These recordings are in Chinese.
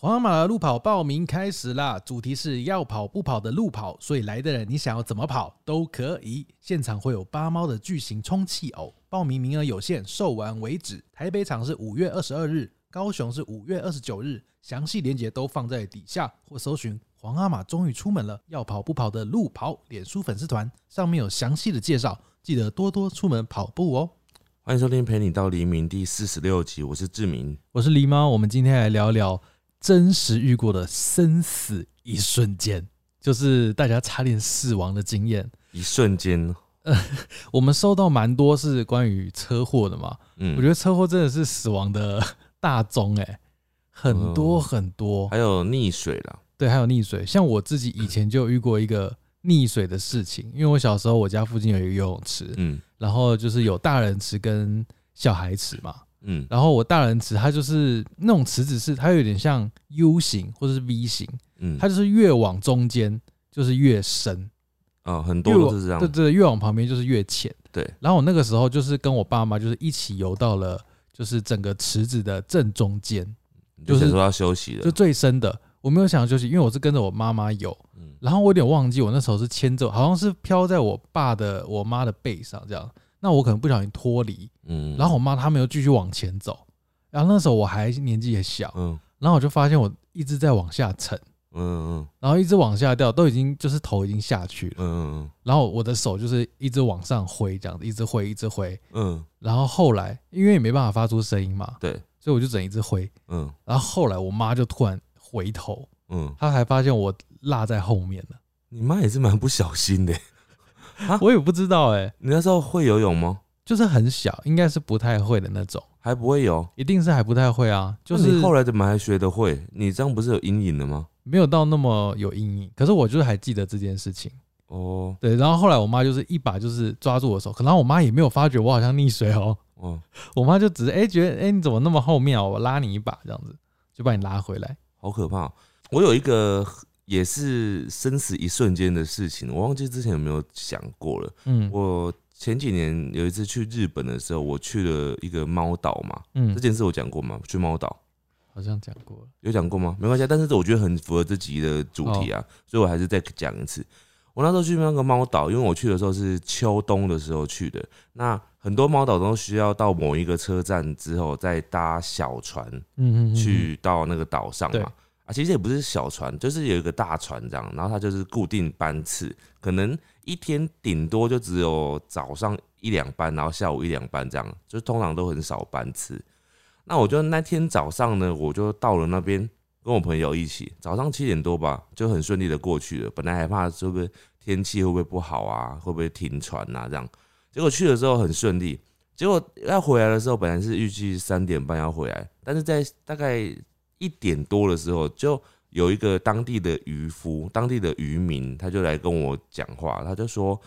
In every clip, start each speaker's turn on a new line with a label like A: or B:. A: 皇阿玛的路跑报名开始啦！主题是要跑不跑的路跑，所以来的人你想要怎么跑都可以。现场会有八猫的巨型充气偶，报名名额有限，售完为止。台北场是五月二十二日，高雄是五月二十九日，详细链接都放在底下或搜寻“皇阿玛终于出门了，要跑不跑的路跑”脸书粉丝团，上面有详细的介绍，记得多多出门跑步哦。
B: 欢迎收听《陪你到黎明》第四十六集，我是志明。
A: 我是狸猫，我们今天来聊聊真实遇过的生死一瞬间，就是大家差点死亡的经验。
B: 一瞬间，
A: 我们收到蛮多是关于车祸的嘛，
B: 嗯，
A: 我觉得车祸真的是死亡的大宗哎、很多
B: 哦
A: 很多。
B: 还有溺水啦，
A: 对，还有溺水，像我自己以前就遇过一个溺水的事情，因为我小时候我家附近有一个游泳池，
B: 嗯
A: 然后就是有大人池跟小孩池嘛，
B: 嗯，
A: 然后我大人池它就是那种池子是它有点像 U 型或者是 V 型，
B: 嗯，
A: 它就是越往中间就是越深，
B: 啊，很
A: 越
B: 多
A: 往
B: 都是这样，
A: 对对，越往旁边就是越浅。
B: 对，
A: 然后我那个时候就是跟我爸妈就是一起游到了就是整个池子的正中间，
B: 你就
A: 就是
B: 想说要休息
A: 就
B: 了，
A: 最深的。我没有想要休息，因为我是跟着我妈妈游，
B: 嗯
A: 然后我有点忘记我那时候是牵着，好像是飘在我爸的我妈的背上这样。那我可能不小心脱离，
B: 嗯
A: 然后我妈他们又继续往前走，然后那时候我还年纪也小，
B: 嗯
A: 然后我就发现我一直在往下沉，
B: 嗯嗯
A: 然后一直往下掉，都已经就是头已经下去了，
B: 嗯
A: 然后我的手就是一直往上挥，这样子一直挥一直挥，
B: 嗯嗯，
A: 然后后来因为也没办法发出声音嘛，
B: 对，
A: 所以我就整一直挥，
B: 嗯
A: 然后后来我妈就突然回头，
B: 嗯，
A: 她才发现我落在后面了，
B: 你妈也是蛮不小心的。啊
A: 我也不知道哎、
B: 你那时候会游泳吗？
A: 就是很小，应该是不太会的那种，
B: 还不会游，
A: 一定是还不太会啊，就
B: 那
A: 是
B: 你后来怎么还学得会？你这样不是有阴影了吗？
A: 没有到那么有阴影，可是我就是还记得这件事情。
B: 哦
A: 对，然后后来我妈就是一把就是抓住我的手，可能我妈也没有发觉我好像溺水哦，
B: 哦，
A: 我妈就只是哎、觉得哎、你怎么那么后面啊，我拉你一把这样子，就把你拉回来。
B: 好可怕哦！我有一个也是生死一瞬间的事情，我忘记之前有没有讲过了。
A: 嗯
B: 我前几年有一次去日本的时候，我去了一个猫岛嘛，这
A: 嗯，
B: 件事我讲过吗？去猫岛
A: 好像讲过了。
B: 有讲过吗？没关系啊，但是我觉得很符合这集的主题啊，所以我还是再讲一次。我那时候去那个猫岛，因为我去的时候是秋冬的时候去的，那很多猫岛都需要到某一个车站之后再搭小船
A: 嗯嗯，嗯，
B: 去到那个岛上
A: 对
B: 嘛。啊，其实也不是小船，就是有一个大船这样，然后它就是固定班次，可能一天顶多就只有早上一两班，然后下午一两班这样，就通常都很少班次。那我就那天早上呢，我就到了那边，跟我朋友一起，早上七点多吧，就很顺利的过去了。本来还怕会不会天气会不会不好啊，会不会停船啊这样，结果去的时候很顺利，结果要回来的时候，本来是预计三点半要回来，但是在大概一点多的时候，就有一个当地的渔夫、当地的渔民，他就来跟我讲话，他就说，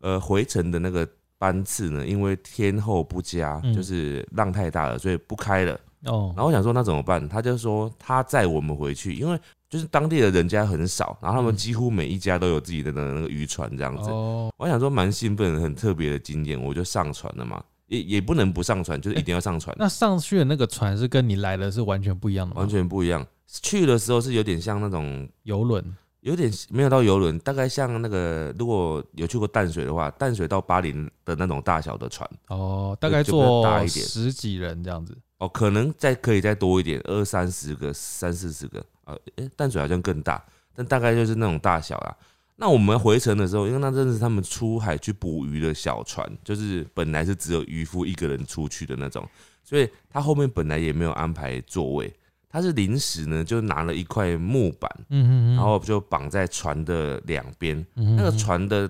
B: 呃，回程的那个班次呢，因为天候不佳，
A: 嗯
B: 就是浪太大了，所以不开了。
A: 嗯哦，
B: 然后我想说那怎么办？他就说他载我们回去，因为就是当地的人家很少，然后他们
A: 嗯
B: 几乎每一家都有自己的那个渔船这样子。
A: 哦，
B: 我想说蛮兴奋的，很特别的经验，我就上船了嘛，也也不能不上船，就是一定要上船，
A: 那上去的那个船是跟你来的是完全不一样的吗，
B: 完全不一样。去的时候是有点像那种，
A: 游轮
B: 有点没有到游轮，大概像那个如果有去过淡水的话，淡水到巴黎的那种大小的船
A: 哦，大
B: 就
A: 概
B: 就比较大
A: 坐
B: 一点
A: 十几人这样子。
B: 哦，可能再可以再多一点，二三十个、三四十个啊、诶淡水好像更大，但大概就是那种大小啦。那我们回程的时候，因为那真的是他们出海去捕鱼的小船，就是本来是只有渔夫一个人出去的那种，所以他后面本来也没有安排座位，他是临时呢就拿了一块木板，
A: 嗯嗯嗯，嗯
B: 然后就绑在船的两边，
A: 那
B: 那个船的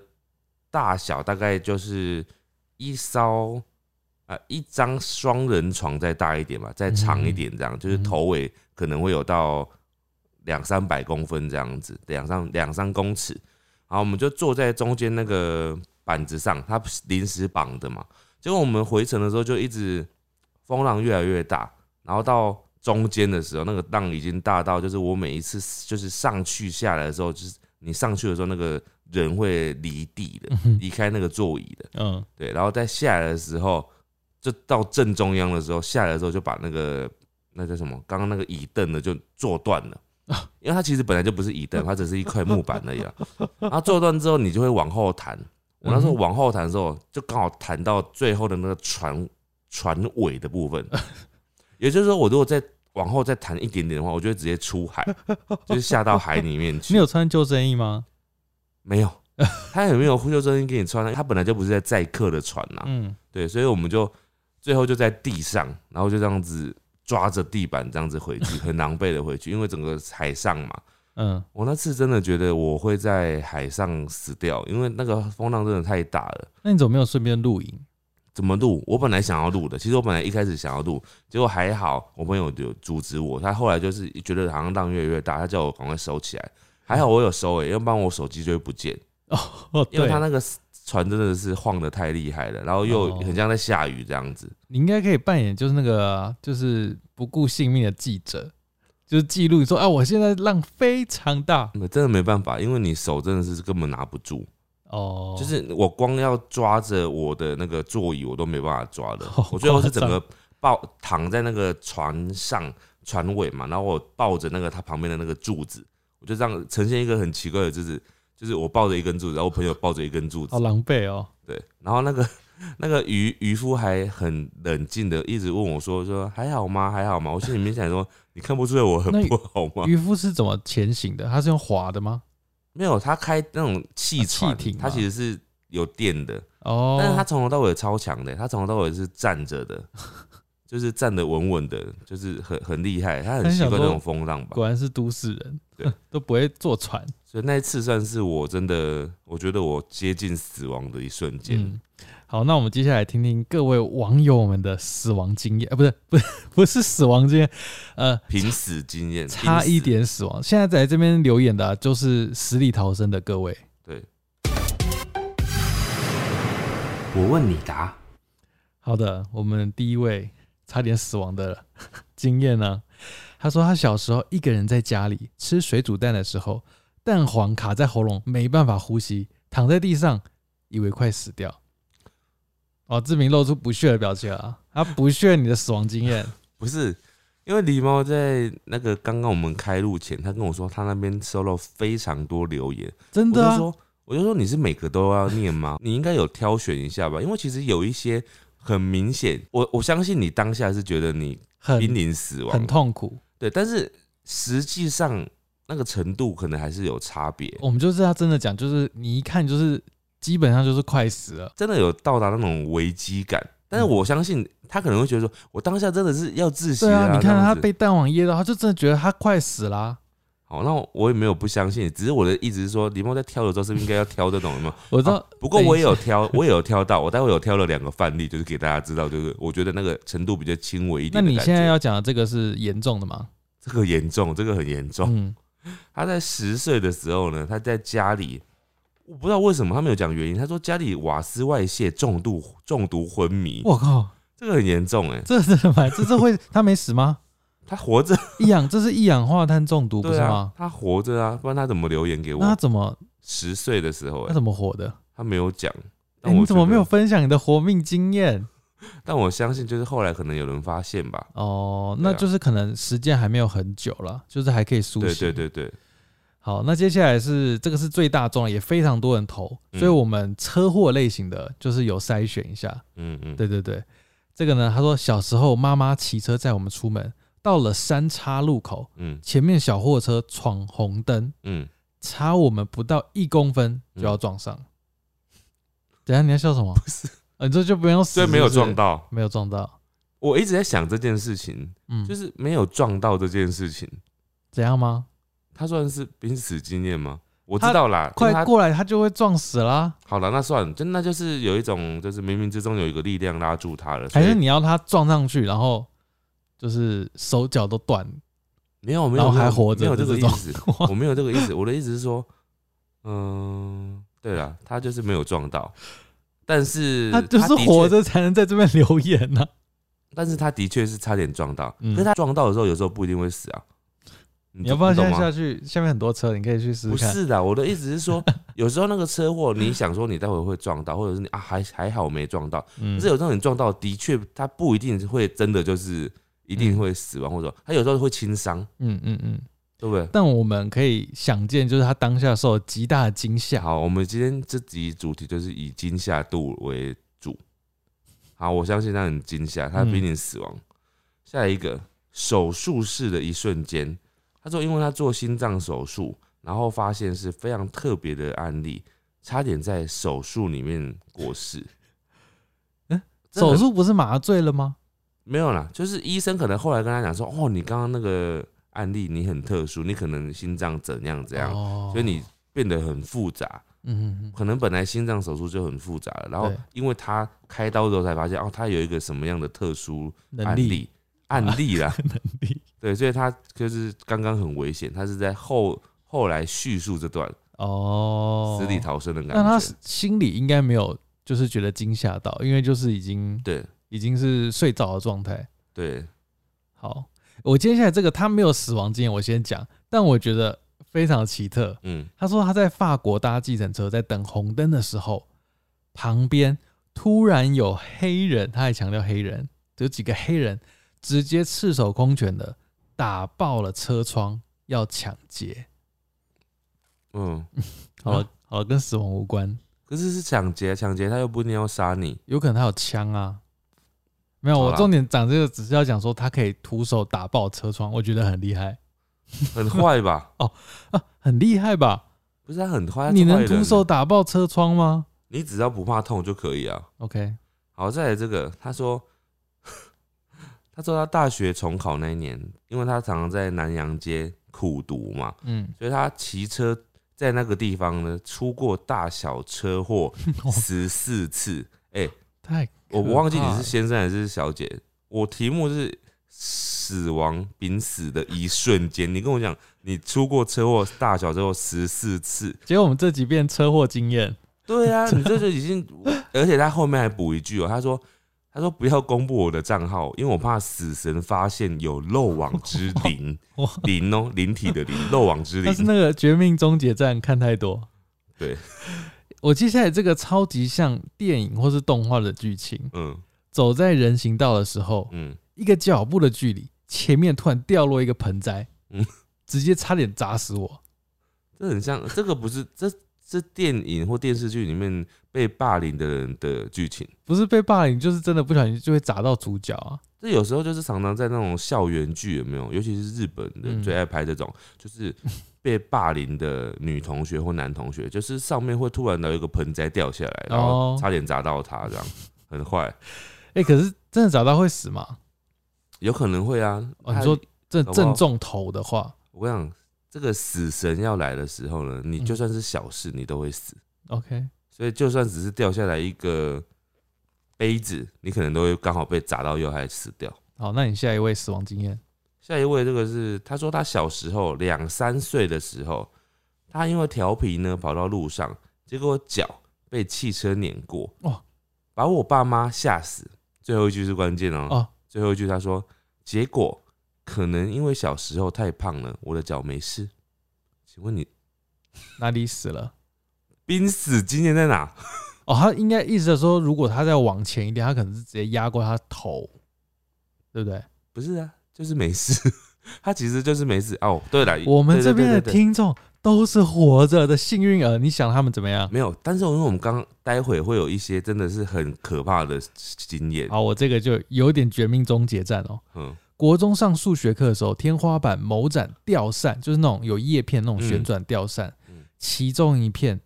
B: 大小大概就是一艘啊、呃一张双人床再大一点吧，再长一点这样，就是
A: 嗯
B: 头尾可能会有到两三百公分这样子，两三两三公尺。然后我们就坐在中间那个板子上，它不是临时绑的嘛。结果我们回程的时候就一直风浪越来越大，然后到中间的时候，那个浪已经大到就是我每一次就是上去下来的时候，就是你上去的时候，那个人会离地的，离开那个座椅的，
A: 嗯
B: 对，然后在下来的时候，就到正中央的时候，下来的时候就把那个那叫什么？刚刚那个椅凳呢，就坐断 了。因为它其实本来就不是椅凳，它只是一块木板 而已啊。然后坐断之后，你就会往后弹。我那时候
A: 嗯
B: 往后弹的时候，就刚好弹到最后的那个船船尾的 部分。也就是说，我如果再往后再弹一点点的话，我就会直接出海，就是下到海里面 去。
A: 你有穿救生衣吗？
B: 没有，他也没有呼救中心给你穿啊，他本来就不是在载客的船啊呐、
A: 嗯，
B: 对，所以我们就最后就在地上，然后就这样子抓着地板这样子回去，很狼狈的回去，因为整个海上嘛，
A: 嗯，
B: 我那次真的觉得我会在海上死掉，因为那个风浪真的太大了。
A: 那你怎么没有顺便露营？
B: 怎么录？我本来想要录的，其实我本来一开始想要录，结果还好我朋友有阻止我，他后来就是觉得好像浪越来越大，他叫我赶快收起来。还好我有收诶、要不然我手机就会不见。
A: 哦，
B: 因
A: 对
B: 为它，那个船真的是晃的太厉害了，然后又
A: 哦
B: 很像在下雨这样子。
A: 你应该可以扮演就是那个啊就是不顾性命的记者，就是记录说啊，我现在浪非常大
B: 那呃真的没办法，因为你手真的是根本拿不住，
A: 哦，
B: 就是我光要抓着我的那个座椅，我都没办法抓的
A: 好。
B: 我最后是
A: 夸
B: 整
A: 张
B: 个抱躺在那个船上船尾嘛，然后我抱着那个它旁边的那个柱子，我就这样呈现一个很奇怪的就是。就是我抱着一根柱子，然后我朋友抱着一根柱子
A: 好，狼狈哦，
B: 对，然后那个那个渔渔夫还很冷静的一直问我说说还好吗？还好吗？我心里面想说，你看不出来我很
A: 那
B: 不好吗？
A: 渔夫是怎么前行的？他是用划的吗？
B: 没有，他开那种汽船，
A: 啊汽艇
B: 他
A: 吗
B: 其实是有电的，
A: 哦，
B: 但是他从头到尾超强的，他从头到尾是站 着的，就是站得稳稳的，就是很很厉害，他很
A: 很
B: 习
A: 想
B: 惯那
A: 说
B: 种风浪吧。
A: 果然是都市人，
B: 对，
A: 都不会坐船。
B: 所以那一次算是我真的，我觉得我接近死亡的一瞬间。
A: 嗯，好，那我们接下来听听各位网友们的死亡经验，呃，不是， 不是，不是死亡经验，呃，
B: 濒死经 验，
A: 差
B: 濒
A: 一
B: 死
A: 点死亡。现在在这边留言的啊、就是死里逃生的各位。
B: 对。
C: 我问你答。
A: 好的，我们第一位差点死亡的 经验呢，他说他小时候一个人在家里吃水煮蛋的时候，蛋黄卡在喉咙，没办法呼吸，躺在地上，以为快死掉。哦，志明露出不屑的表情啊，他不屑你的死亡经验。
B: 不是，因为狸猫在那个刚刚我们开录前，他跟我说他那边收到非常多留言，
A: 真的、
B: 我就
A: 啊，
B: 说我就说你是每个都要念吗？ 你应该有挑选一下吧，因为其实有一些很明显，我我相信你当下是觉得你濒
A: 很
B: 临死亡，
A: 很痛苦。
B: 对，但是实际上那个程度可能还是有差别。
A: 我们就是他真的讲，就是你一看就是基本上就是快死了。
B: 真的有到达那种危机感，但是我相信他可能会觉得说，我当下真的是要窒息
A: 对
B: 了、
A: 啊，你
B: 这
A: 看
B: 样
A: 他
B: 子
A: 被蛋黄噎到，他就真的觉得他快死啦、
B: 好，那我我也没有不相信，只是我的意思是说，狸猫在挑的时候是不是应该要挑这种有没有？
A: 我知道、
B: 不过
A: 等一
B: 我也
A: 下
B: 有挑，我也有挑到，我待会有挑了两个范例，就是给大家知道，就是我觉得那个程度比较轻微一
A: 那
B: 点的
A: 你
B: 感觉。
A: 现在要讲的这个是严重的吗？
B: 这个严重，这个很严重。
A: 嗯，
B: 他在十岁的时候呢，他在家里，我不知道为什么他没有讲原因，他说家里瓦斯外泄中毒中毒昏迷，
A: 我靠，
B: 这个很严重哎、
A: 这真的 蛮，这这会他没死吗？
B: 他活着，
A: 一氧这是一氧化碳中毒不
B: 对
A: 是
B: 啊
A: 吗，？
B: 他活着啊，不然他怎么留言给
A: 那他
B: 我？
A: 怎么
B: 十岁的时候、
A: 他
B: 欸，
A: 怎么活的？
B: 他没有讲。
A: 哎、
B: 但我
A: 你怎么
B: 觉
A: 没
B: 得
A: 有分享你的活命经验？
B: 但我相信，就是后来可能有人发现吧。
A: 哦，
B: 对啊
A: 那就是可能时间还没有很久了，就是还可以苏醒。
B: 对对对对，
A: 好，那接下来是这个是最大众的，也非常多人投，
B: 嗯
A: 所以我们车祸类型的就是有筛选一下。
B: 嗯嗯，
A: 对对对，这个呢，他说小时候妈妈骑车载我们出门，到了三岔路口，
B: 嗯
A: 前面小货车闯红灯，
B: 嗯，
A: 差我们不到一公分就要撞上。等一下你在笑 什么？不是，你这就不用死，
B: 所以没有撞
A: 到，
B: 到。
A: 没有撞到，
B: 我一直在想这件事情，
A: 嗯，
B: 就是没有撞到这件事情，
A: 怎样吗？
B: 他算是濒死经验吗？我知道啦，就
A: 快
B: 是他
A: 过来，他就会撞死啦、
B: 好了，那算了，就那就是有一种，就是冥冥之中有一个力量拉住他了。所
A: 还
B: 以
A: 是你要他撞上去，然后就是手脚都断？
B: 没有没
A: 然
B: 有
A: 后还
B: 没有
A: 活着
B: 没有这
A: 的
B: 个
A: 这
B: 意
A: 种
B: 思， 我没有这个意思，我的意思是说，嗯，对了，他就是没有撞到，但是
A: 他就是
B: 的确
A: 活着才能在这边留言啊呢、
B: 但是他的确是差点撞到，
A: 嗯
B: 可是他撞到的时候，有时候不一定会死啊。你
A: 你要不要现
B: 懂
A: 在
B: 吗
A: 下去？下面很多车，你可以去试
B: 不
A: 试看。嗯
B: 是的，我的意思 是说，有时候那个车祸，你想说你待会会撞到，或者是你啊还还好没撞到，
A: 嗯
B: 可是有时候你撞到，的确它不一定会真的就是一定会死亡，或者说他有时候会轻伤，
A: 嗯嗯嗯。
B: 对不对？
A: 但我们可以想见，就是他当下受了极大的惊吓。
B: 好，我们今天这集主题就是以惊吓度为主。好，我相信他很惊吓，他濒临死亡。下一个手术室的一瞬间，他说，因为他做心脏手术，然后发现是非常特别的案例，差点在手术里面过世。
A: 嗯
B: 真的
A: 手
B: 很
A: 术不是麻醉了吗？
B: 没有啦，就是医生可能后来跟他讲说，哦，你刚刚那个案例你很特殊，你可能心脏怎样怎样，
A: 哦
B: 所以你变得很复杂。
A: 嗯嗯嗯
B: 可能本来心脏手术就很复杂了，然后
A: 对
B: 因为他开刀之后才发现，哦，他有一个什么样的特殊
A: 嗯能
B: 案
A: 力
B: 例案例啦，
A: 能力
B: 对，所以他就是刚刚很危险，他是在后后来叙述这段
A: 哦，
B: 死里逃生的
A: 但他
B: 感觉，
A: 心里应该没有，就是觉得惊吓到，因为就是已经
B: 对
A: 已经是睡着的状态。
B: 对，
A: 好，我接下来这个他没有死亡经验，我先讲，但我觉得非常奇特。
B: 嗯，
A: 他说他在法国搭计程车，在等红灯的时候，旁边突然有黑人，他还强调黑人，有几个黑人直接赤手空拳的打爆了车窗，要抢劫。
B: 嗯，
A: 好了、
B: 啊
A: 好了，跟死亡无关，
B: 可是是抢劫，抢劫他又不一定要杀你，
A: 有可能他有枪啊。没有，
B: 好
A: 我
B: 啦
A: 重点讲这个只是要讲说他可以徒手打爆车窗，我觉得很厉害
B: 很坏吧？
A: 啊，很厉害吧？
B: 不是他很坏，他
A: 你
B: 是坏
A: 能
B: 人
A: 徒手，打爆车窗吗
B: 你只要不怕痛就可以啊，
A: ？OK，
B: 好，再来这个，他说， 他说他大学重考那一年，因为他常常在南洋街苦读嘛，
A: 嗯，
B: 所以他骑车在那个地方呢出过大小车祸 十四次。哎、
A: 太
B: 嗯我
A: 哦可
B: 我忘记
A: 怕
B: 你是
A: 了
B: 先生还是小姐，我题目是。死亡濒死的一瞬间，你跟我讲，你出过车祸，大小车祸十四次，
A: 结果我们这几遍车祸经验，
B: 对啊，你这就已经，而且他后面还补一句哦，他说。他说：“不要公布我的账号，因为我怕死神发现有漏网之灵
A: 哇，
B: 灵哦，灵体的 灵，漏网之
A: 但是
B: 灵。
A: 那个《绝命终结战》看太多。
B: 对，
A: 我接下来这个超级像电影或是动画的剧情，
B: 嗯
A: 走在人行道的时候，
B: 嗯，
A: 一个脚步的距离，前面突然掉落一个盆栽，
B: 嗯
A: 直接差点砸死我。
B: 这很像，这个不是这这电影或电视剧里面被霸凌的人的剧情。
A: 不是被霸凌，就是真的不小心就会砸到主角啊。
B: 这有时候就是常常在那种校园剧有没有？尤其是日本
A: 嗯
B: 人最爱拍这种，就是被霸凌的女同学或男同学，就是上面会突然有一个盆栽掉下来，然
A: 哦
B: 后差点砸到他，这 样很坏，
A: 哎、可是真的砸到会死吗？
B: 有可能会啊。
A: 哦
B: 他
A: 你说，正
B: 搞不好
A: 正中头的话，
B: 我跟你讲，这个死神要来的时候呢，你就算是小事，你都会死。
A: OK，
B: 所以就算只是掉下来一个杯子，你可能都会刚好被砸到右害死掉。
A: 好，那你下一位死亡经验，
B: 下一位这个是他说他小时候两三岁的时候，他因为调皮呢跑到路上，结果脚被汽车碾过，
A: 哇
B: 把我爸妈吓死。最后一句是关键哦，
A: 哦
B: 最后一句他说，结果可能因为小时候太胖了，我的脚没事。请问你
A: 哪里死了？
B: 濒死经验在哪？
A: 哦，他应该意思是说，如果他再往前一点，他可能是直接压过他头，对不对？
B: 不是啊，就是没事。 他其实就是没事哦。对了，
A: 我们
B: 对
A: 这边的
B: 对对对对
A: 听众都是活着的幸运儿，你想他们怎么样？
B: 没有，但是因为我们刚待会会有一些真的是很可怕的经验，
A: 好，我这个就有点绝命终结战哦。
B: 嗯。
A: 国中上数学课的时候，天花板某盏吊扇，就是那种有叶片那种旋
B: 嗯
A: 转吊扇，
B: 嗯
A: 其中一片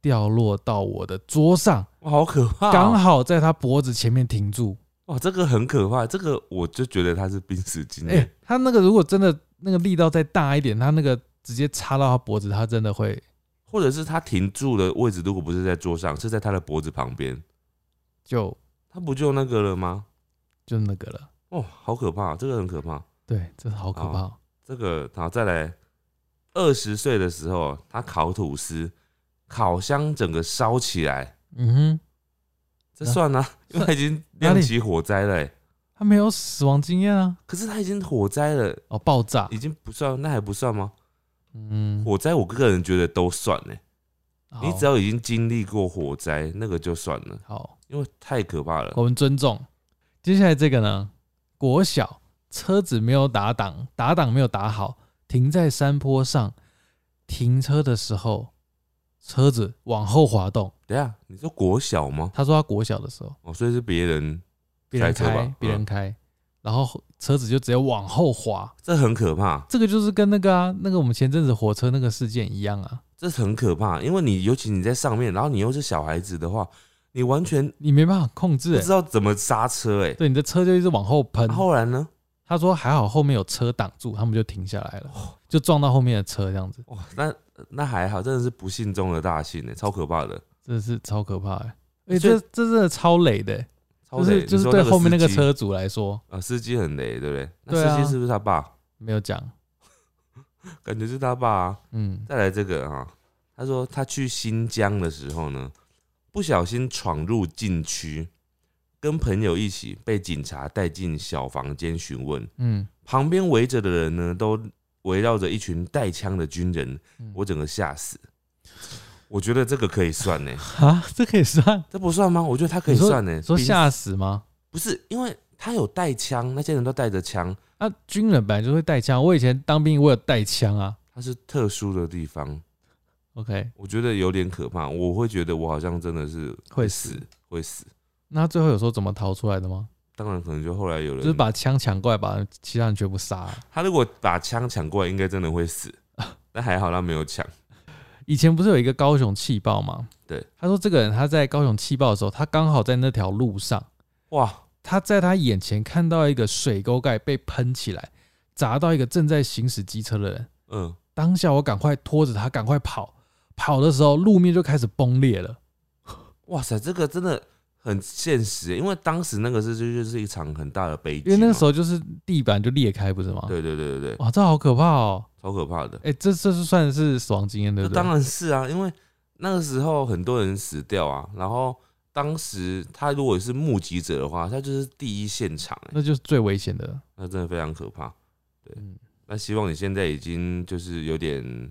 A: 掉落到我的桌上，
B: 哇，好可怕、
A: 刚、好在他脖子前面停住。
B: 哇，这个很可怕，这个我就觉得他是濒死经
A: 哎、
B: 验。
A: 他那个如果真的那个力道再大一点，他那个直接插到他脖子，他真的会
B: 或者是他停住的位置，如果不是在桌上，是在他的脖子旁边，
A: 就
B: 他不就那个了吗？
A: 就那个了。
B: 哦，好可怕，这个很可怕。
A: 对，真的好可怕哦。
B: 这个好，再来，二十岁的时候，他烤吐司，烤箱整个烧起来，
A: 嗯哼，
B: 这算啊，因为他已经
A: 哪里
B: 亮起火灾了、欸
A: 他没有死亡经验啊。
B: 可是他已经火灾了，
A: 哦，爆炸
B: 已。经不算，那还不算吗？
A: 嗯，
B: 火灾，我个人觉得都算呢、欸你
A: 好
B: 只要已经经历过火灾，那个就算了。
A: 好，哦
B: 因为太可怕了。
A: 我们尊重。接下来这个呢，国小车子没有打档，打档没有打好，停在山坡上。停车的时候，车子往后滑动。
B: 等一下，你说国小吗？
A: 他说他国小的时候，
B: 哦，所以是别人，
A: 别人
B: 开车吧
A: 开，别人
B: 嗯
A: 开，然后车子就直接往后滑。
B: 这很可怕，
A: 这个就是跟那个啊，那个我们前阵子火车那个事件一样啊，
B: 这很可怕，因为你尤其你在上面，然后你又是小孩子的话，你完全
A: 你没办法控制、
B: 不
A: 欸
B: 知，道怎么刹车、欸，
A: 对，你的车就一直往后喷
B: 哎，。后来呢？
A: 他说还好后面有车挡住，他们就停下来了，
B: 哦
A: 就撞到后面的车，这样子
B: 哇，那那还好，真的是不幸中的大幸呢、欸超可怕的，
A: 真的是超可怕的。哎，
B: 所以
A: 这这真的超累的、欸
B: 超
A: 就是
B: 累。
A: 就是
B: 你说
A: 对后面那个
B: 司机
A: 车主来说
B: 啊，司机很雷，对不对？那
A: 对啊
B: 司机是不是他爸？
A: 没有讲，
B: 感觉是他爸、啊。
A: 嗯，
B: 再来这个啊，他说他去新疆的时候呢，不小心闯入禁区，跟朋友一起被警察带进小房间询问，
A: 嗯，
B: 旁边围着的人呢都围绕着一群带枪的军人
A: 嗯，
B: 我整个吓死。我觉得这个可以算 呢、
A: 啊，这可以算？
B: 这不算吗？我觉得他可以
A: 你
B: 算呢、
A: 你说
B: 比
A: 吓死吗？
B: 不是因为他有带枪，那些人都带着枪，
A: 啊，军人本来就会带枪，我以前当兵我有带枪啊。
B: 他是特殊的地方，
A: OK，
B: 我觉得有点可怕。我会觉得我好像真的是
A: 会
B: 死
A: 死，
B: 会死。
A: 那他最后有说怎么逃出来的吗？
B: 当然，可能就后来有人
A: 就是把枪抢过来，把其他人全部杀了。
B: 他如果把枪抢过来，应该真的 会死。但还好他没有抢。
A: 以前不是有一个高雄气爆吗？
B: 对，
A: 他说这个人他在高雄气爆的时候，他刚好在那条路上，
B: 哇，
A: 他在他眼前看到一个水沟盖被喷起来，砸到一个正在行驶机车的人。
B: 嗯，
A: 当下我赶快拖着他赶快跑，跑的时候路面就开始崩裂了。
B: 哇塞，这个真的很现实欸耶，因为当时那个是就就是一场很大的悲剧
A: 因
B: 嘛。
A: 为那个时候就是地板就裂开，不是吗？，
B: 对对对对对，
A: 哇，这好可怕哦！
B: 超可怕的。
A: 哎、这这是算是死亡经验对
B: 那
A: 不对？
B: 当然是啊，因为那个时候很多人死掉啊，然后当时他如果是目击者的话，他就是第一现场耶，
A: 那就是最危险的。
B: 那真的非常可怕。对
A: 嗯，
B: 那希望你现在已经就是有点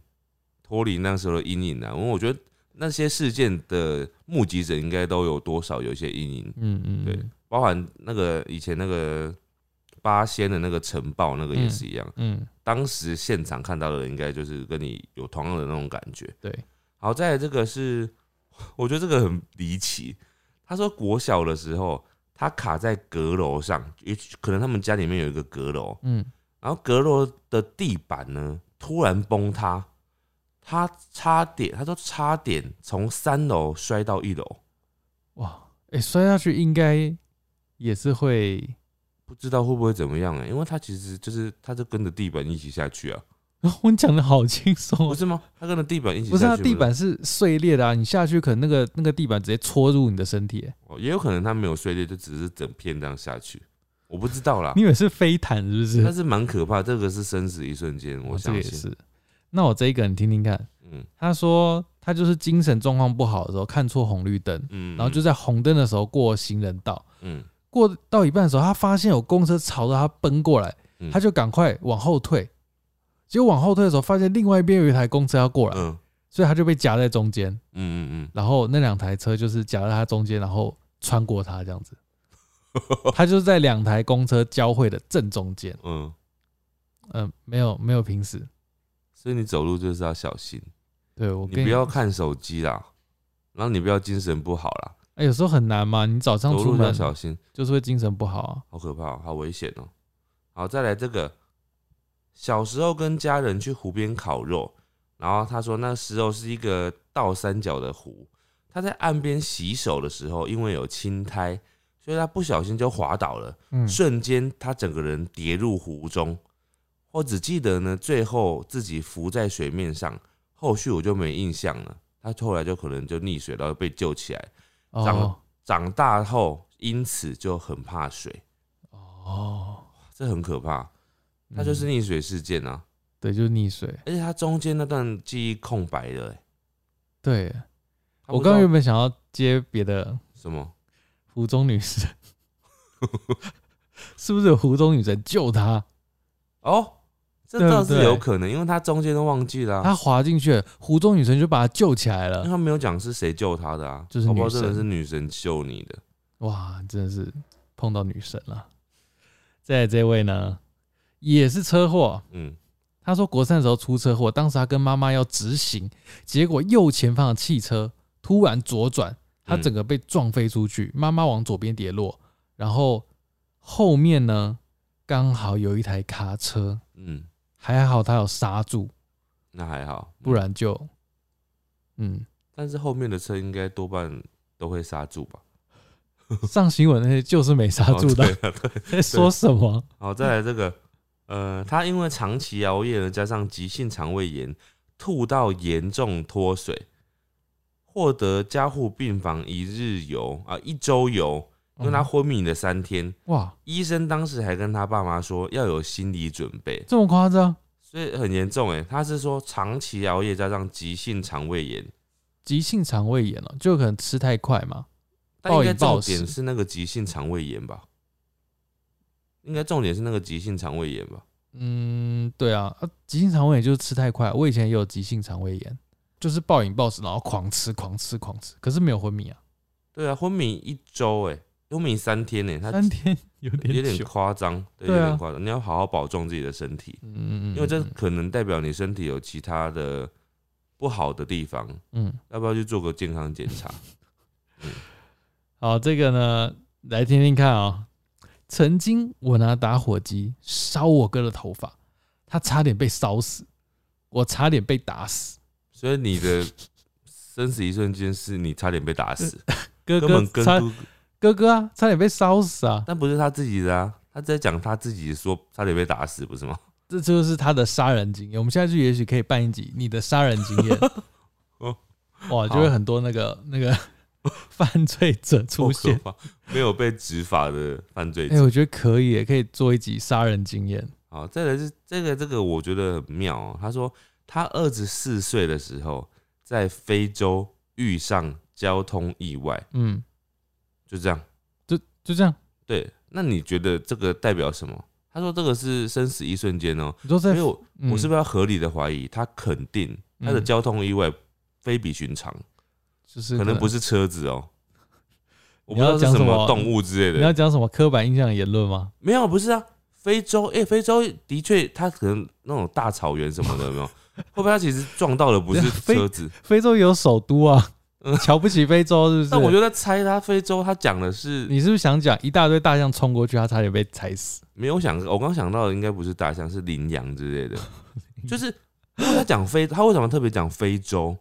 B: 脱离那时候的阴影了、因为我觉得那些事件的目击者应该都有多少有一些阴影，
A: 嗯嗯，
B: 对，包含那个以前那个八仙的那个城堡那个也是一样，
A: 嗯
B: 当时现场看到的应该就是跟你有同样的那种感觉。
A: 对，
B: 好在这个是，我觉得这个很离奇。他说国小的时候，他卡在阁楼上，也许可能他们家里面有一个阁楼，
A: 嗯，
B: 然后阁楼的地板呢突然崩塌，他差点，他说差点从三楼摔到一楼，
A: 哇，哎、摔下去应该也是 会，
B: 不知道会不会怎么样哎、因为他其实就是他就跟着地板一起下去啊，
A: 我讲的好轻松
B: 不
A: 哦，
B: 是吗？他跟着地板一起
A: 不是
B: 下
A: 啊，
B: 去，
A: 地板是碎裂的啊，你下去可能那个那个地板直接戳入你的身体、哎
B: 哦也有可能他没有碎裂，就只是整片这样下去，我不知道啦
A: 你，以为是飞弹是不
B: 但
A: 是？
B: 是蛮可怕，这个是生死一瞬间，我
A: 哦这
B: 相
A: 个也
B: 信，
A: 是。那我这一个你听听看，
B: 嗯
A: 他说他就是精神状况不好的时候看错红绿灯，
B: 嗯，
A: 然后就在红灯的时候过行人道，
B: 嗯
A: 过到一半的时候，他发现有公车朝着他奔过来，
B: 嗯
A: 他就赶快往后退。结果往后退的时候，发现另外一边有一台公车要过来，
B: 嗯
A: 所以他就被夹在中间。
B: 嗯嗯
A: 然后那两台车就是夹在他中间，然后穿过他这样 子。他就是在两台公车交汇的正中间。
B: 嗯嗯，
A: 嗯、没有没有平时。
B: 所以你走路就是要小心。
A: 对我跟
B: 你不要看手机啦，然后你不要精神不好啦，
A: 哎、有时候很难嘛。你早上
B: 走
A: 出
B: 路要
A: 门
B: 小心，
A: 就是会精神不好啊。
B: 好可怕哦、好危险哦、好，再来这个，小时候跟家人去湖边烤肉，然后他说那时候是一个倒三角的湖，他在岸边洗手的时候，因为有青苔，所以他不小心就滑倒了，
A: 嗯，
B: 瞬间他整个人跌入湖中。我只记得呢，最后自己浮在水面上，后续我就没印象了。他后来就可能就溺水，然后被救起来。
A: 哦
B: 长长大后，因此就很怕水，
A: 哦，
B: 这很可怕。他就是
A: 嗯、
B: 溺水事件啊，
A: 对，就是溺水。
B: 而且他中间那段记忆空白了、欸。
A: 对
B: 他
A: 我
B: 不知
A: 刚
B: 道
A: 刚原本想要接别的，
B: 什么？
A: 湖中女神， 是不是有湖中女神救他？
B: 哦，这
A: 对不
B: 倒是
A: 对
B: 有可能，因为他中间都忘记了啊、
A: 他滑进去，湖中女神就把他救起来
B: 因为
A: 了。
B: 他没有讲是谁救他的啊，
A: 就是
B: 搞不好
A: 女
B: 真的
A: 神
B: 是女神救你的。
A: 哇，真的是碰到女神了。再来这位呢，也是车祸。
B: 嗯，
A: 他说国三的时候出车祸，当时他跟妈妈要直行，结果右前方的汽车突然左转，他
B: 嗯
A: 整个被撞飞出去，妈妈往左边跌落，然后后面呢刚好有一台卡车，
B: 嗯，
A: 还好他有刹住，
B: 那还好，
A: 不然就嗯
B: 但是后面的车应该多半都会刹住吧？
A: 上新闻那些就是没 刹住的，
B: 哦对啊对
A: 在说什么？
B: 好，再来这个，呃，他因为长期熬夜呢，加上急性肠胃炎，吐到严重脱水，获得加护病房一日游啊、一周游，因为他
A: 嗯
B: 昏迷了三天。
A: 哇，
B: 医生当时还跟他爸妈说要有心理准备，
A: 这么夸张？
B: 所以很严重哎。他是说长期熬夜加上急性肠胃炎，
A: 急性肠胃炎了、哦就可能吃太快嘛。
B: 但应
A: 暴
B: 该
A: 饮暴
B: 重
A: 食
B: 点是那个急性肠胃炎吧？应该重点是那个急性肠胃炎吧？
A: 嗯，对啊，啊急性肠胃炎就是吃太快。我以前也有急性肠胃炎，就是暴饮暴食，然后狂吃、狂吃、狂吃，可是没有昏迷啊。
B: 对啊，昏迷一周哎，昏迷三天哎，他
A: 三天有
B: 有
A: 点
B: 点
A: 久，
B: 夸张，对，有
A: 对啊
B: 点夸张。你要好好保重自己的身体，
A: 嗯嗯，
B: 因为这
A: 嗯
B: 可能代表你身体有其他的不好的地方，
A: 嗯，
B: 要不要去做个健康 检查？
A: 好，这个呢，来听听看啊、曾经我拿打火机烧我哥的头发，他差点被烧死，我差点被打死。
B: 所以你的生死一瞬间是你差点被打死，
A: 哥
B: 根本
A: 哥
B: 跟
A: 差
B: 不，
A: 哥哥啊，差点被烧死啊！
B: 但不是他自己的啊，他在讲他自己说差点被打死，不是吗？
A: 这就是他的杀人经验。我们下去也许可以办一集你的杀人经验
B: 哦，
A: 哇，
B: 好
A: 就会很多那个那 个犯罪者出现。
B: 好可怕没有被执法的犯罪
A: 哎、
B: 者。
A: 我觉得可以耶，可以做一集杀人经验。
B: 好，再来是这个这个，我觉得很妙、哦。他说他二十四岁的时候在非洲遇上交通意外，
A: 嗯，
B: 就这样。
A: 就这样。
B: 对，那你觉得这个代表什么？他说这个是生死一瞬间哦、
A: 你说在
B: 所以我
A: 嗯
B: 我是不是要合理的怀疑，他肯定他的
A: 嗯
B: 交通意外非比寻常，
A: 就是
B: 可能不
A: 是
B: 是车 子哦、我
A: 你
B: 不知道
A: 要
B: 是
A: 讲
B: 什
A: 什
B: 么
A: 么
B: 动物之类
A: 你要
B: 的，
A: 讲什么刻板印象的言论 吗？
B: 没有，不是啊。非洲，哎、非洲的确，它可能那种大草原什 么的，有没有？会不会它其实撞到的不是
A: 啊非
B: 车子？
A: 非洲有首都啊，瞧不起非洲是不是？
B: 嗯但我就在猜，他非洲他讲的是
A: 你是不是想讲一大堆大象冲过去，他差点被踩死？
B: 没有想，我刚想到的应该不是大象，是羚羊之 类的。就是因为他讲非，他为什么特别讲非洲？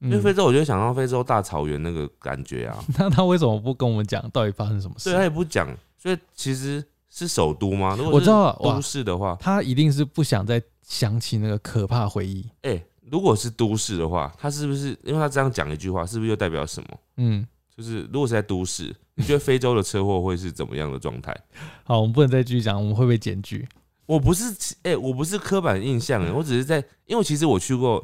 B: 因为
A: 嗯
B: 非洲，我就想到非洲大草原那个感觉 啊。
A: 那他为什么不跟我们讲到底发生什么
B: 所以他
A: 事？
B: 也不讲，所以其实是首都吗？如
A: 我
B: 果
A: 知
B: 是
A: 道了哇
B: 都市的话，
A: 他一定是不想再想起那个可怕回忆。
B: 哎、如果是都市的话，他是不是因为他这样讲一句话，是不是又代表什么？
A: 嗯，
B: 就是如果是在都市，你觉得非洲的车祸会是怎么样的状态？
A: 好，我们不能再继续讲，我们会被检举。
B: 我不是哎、我不是刻板印
A: 嗯
B: 象哎、我只是在，因为其实我去过，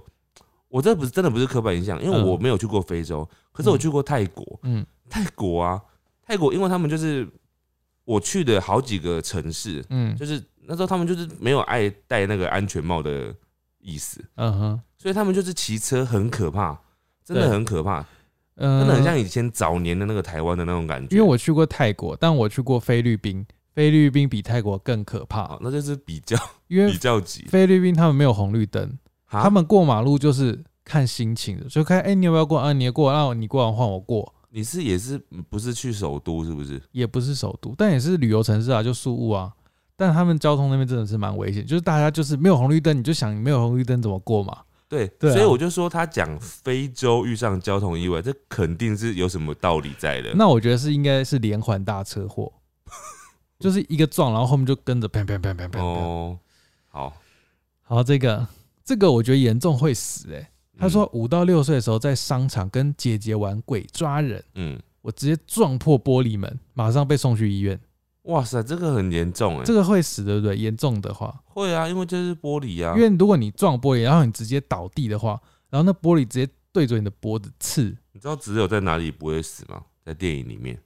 B: 我这不是真的不是刻板印象，因为
A: 嗯
B: 我没有去过非洲，可是我去过泰国，
A: 嗯
B: 泰国啊，泰国，因为他们就是我去的好几个城市，
A: 嗯
B: 就是那时候他们就是没有爱戴那个安全帽的意思，
A: 嗯哼，
B: 所以他们就是骑车很可怕，真的
A: 对
B: 很可怕，
A: 嗯，
B: 真的很像以前早年的那个台湾的那种感觉。
A: 因为我去过泰国，但我去过菲律宾，菲律宾比泰国更可
B: 好
A: 怕，，
B: 那就是比较
A: 因为
B: 比较急，
A: 菲律宾他们没有红绿灯，
B: 啊
A: 他们过马路就是看心情的，就看哎、你要不要过啊，你过，那你过完换我过，
B: 啊你是也是嗯不是去首都是不是？
A: 也不是首都，但也是旅游城市啊，就宿务啊。但他们交通那边真的是蛮危险，就是大家就是没有红绿灯，你就想没有红绿灯怎么过嘛？
B: 对，
A: 对啊
B: 所以我就说他讲非洲遇上交通意外，这肯定是有什么道理在的。
A: 那我觉得是应该是连环大车 祸，就是一个撞，然后后面就跟着砰砰砰砰砰砰。
B: 哦，好，
A: 好，这个这个我觉得严重会死哎、欸
B: 嗯
A: 他说，五到六岁的时候在商场跟姐姐玩鬼抓人，
B: 嗯，
A: 我直接撞破玻璃门，马上被送去医院。
B: 哇塞，这个很严重哎
A: 这，个会死对不对？严重的话，
B: 会啊，因为这是玻璃啊
A: 因，为如果你撞玻璃，然后你直接倒地的话，然后那玻璃直接对准你的脖子刺。
B: 你知道只有在哪里不会死吗？在电影里面，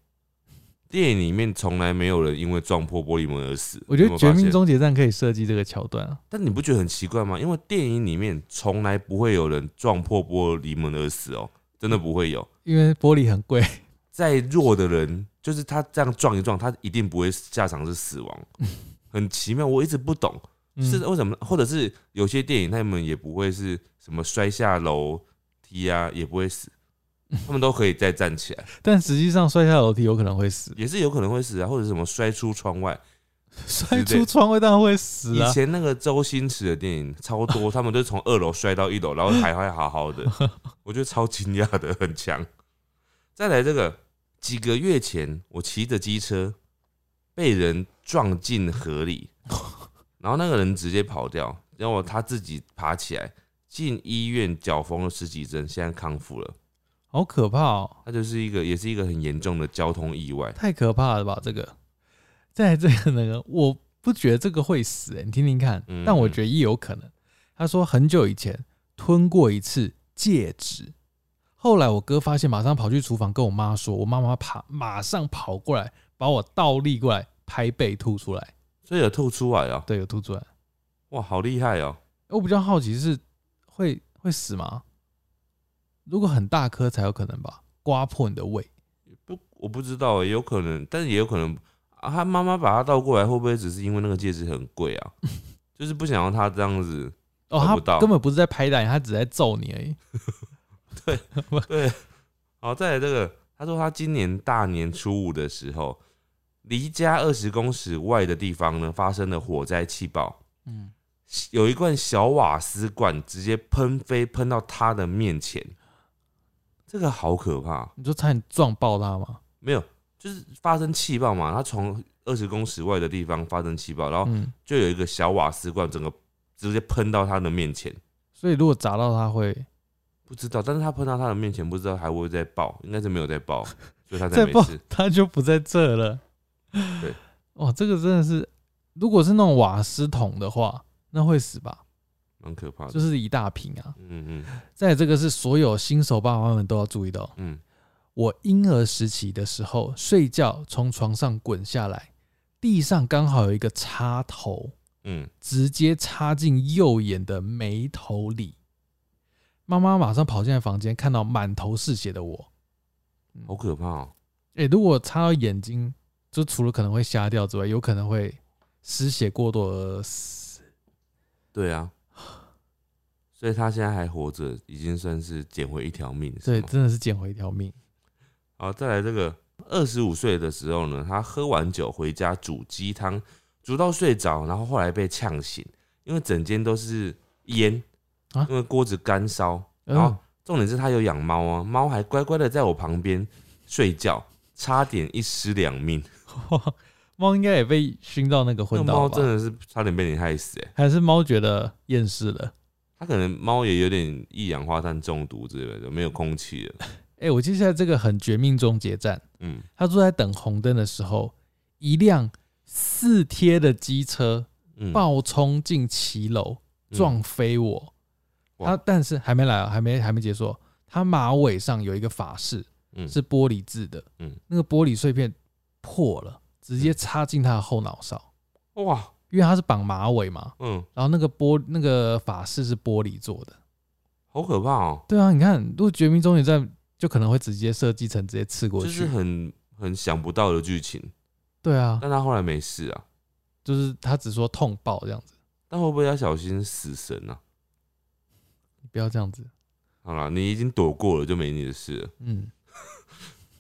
B: 电影里面从来没有人因为撞破玻璃门而死。
A: 我觉
B: 你
A: 得《
B: 有没有
A: 绝
B: 发
A: 命
B: 现，
A: 终结站》可以设计这个桥段啊。
B: 但你不觉得很奇怪吗？因为电影里面从来不会有人撞破玻璃门而死哦，真的不会有。
A: 因为玻璃很贵，
B: 再弱的人，就是他这样撞一撞，他一定不会下场是死亡。很奇妙，我一直不懂
A: 嗯
B: 是为什么，或者是有些电影他们也不会是什么摔下楼梯啊，也不会死，他们都可以再站起来，
A: 但实际上摔下楼梯有可能会死，
B: 也是有可能会死啊，或者什么摔出窗外。
A: 摔出窗外当然会死
B: 以
A: 啊。
B: 前那个周星驰的电影超多，他们都是从二楼摔到一楼，然后还还好好的，我觉得超惊讶的，很强。再来这个，几个月前我骑着机车被人撞进河里，然后那个人直接跑掉，然后他自己爬起来进医院缴缝了十几针，现在康复了。
A: 好可怕哦，
B: 他就是一个也是一个很严重的交通意外，
A: 太可怕了吧？这个，在这个那个，我不觉得这个会死、欸，你听听看
B: 嗯。
A: 但我觉得也有可能。他说很久以前吞过一次戒指，后来我哥发现，马上跑去厨房跟我妈说，我妈妈爬马上跑过来把我倒立过来拍背吐出来，
B: 所以有吐出来哦，
A: 对，有吐出来。
B: 哇，好厉害哦！
A: 我比较好奇是会会死吗？如果很大颗才有可能吧，刮破你的胃。
B: 不，我不知道欸，有可能，但是也有可能啊，他妈妈把他倒过来，会不会只是因为那个戒指很贵啊？就是不想让他这样子，
A: 哦，
B: 看
A: 他
B: 不到
A: 根本不是在拍打你，他只是在揍你而已。
B: 对，好，再来这个，他说他今年大年初五的时候，离家二十公尺外的地方呢，发生了火灾气爆，
A: 嗯，
B: 有一罐小瓦斯罐直接喷飞，喷到他的面前，这个好可怕，
A: 你就差点撞爆他吗？
B: 没有，就是发生气爆嘛，他从二十公尺外的地方发生气爆，然后。
A: 嗯，
B: 就有一个小瓦斯罐，整个直接喷到他的面前，
A: 所以如果砸到他会
B: 不知道，但是他喷到他的面前，不知道还会不会再爆，应该是没有再 爆，所以他才
A: 再
B: 没
A: 爆
B: 事。，
A: 他就不在这了。
B: 对，
A: 哇，这个真的是，如果是那种瓦斯桶的话，那会死吧？
B: 蛮可怕
A: 就
B: 的。
A: 是一大瓶啊。
B: 嗯嗯
A: 再来这个是所有新手爸爸们都要注意的、哦。
B: 嗯，
A: 我婴儿时期的时候，睡觉从床上滚下来，地上刚好有一个插头，
B: 嗯，
A: 直接插进右眼的眉头里。妈妈马上跑进来房间，看到满头是血的我。
B: 好可怕哦、
A: 诶、如果插到眼睛，就除了可能会瞎掉之外，有可能会失血过多而死。
B: 对啊，所以他现在还活着，已经算是捡回一条命。是
A: 对，
B: 吗
A: 真的是捡回一条命。
B: 好，再来这个，二十五岁的时候呢，他喝完酒回家煮鸡汤，煮到睡着，然后后来被呛醒，因为整间都是烟，
A: 啊
B: 因为锅子干烧，
A: 嗯
B: 然后重点是他有养猫啊，猫还乖乖的在我旁边睡觉，差点一尸两命，
A: 嗯 猫应该也被熏到那个
B: 那
A: 昏
B: 猫
A: 倒
B: 真
A: 吧？
B: 的是差点被你害死哎、欸，
A: 还是猫觉得厌世了？
B: 它可能猫也有点一氧化碳中毒之类的，没有空气了，
A: 诶、我记得现在这个很绝命终结战，
B: 嗯，
A: 他坐在等红灯的时候，一辆四贴的机车
B: 嗯
A: 暴冲进骑楼，
B: 嗯
A: 撞飞我。
B: 哇
A: 他但是还没来啊，还没还没结束哦。他马尾上有一个法式，
B: 嗯
A: 是玻璃制的，
B: 嗯
A: 那个玻璃碎片破了，直接插进他的后脑勺，
B: 嗯哇，
A: 因为他是绑马尾嘛，
B: 嗯，
A: 然后那个玻那个法式是玻璃做的。
B: 好可怕哦、
A: 对啊，你看，如果《绝命终结战》就可能会直接设计成直接刺过
B: 就
A: 去，
B: 是很嗯很想不到的剧情。
A: 对啊，
B: 但他后来没事啊。
A: 就是他只说痛爆这样子，
B: 但会不会要小心死神啊？
A: 你不要这样子，
B: 好啦，你已经躲过了，就没你的事了。
A: 嗯，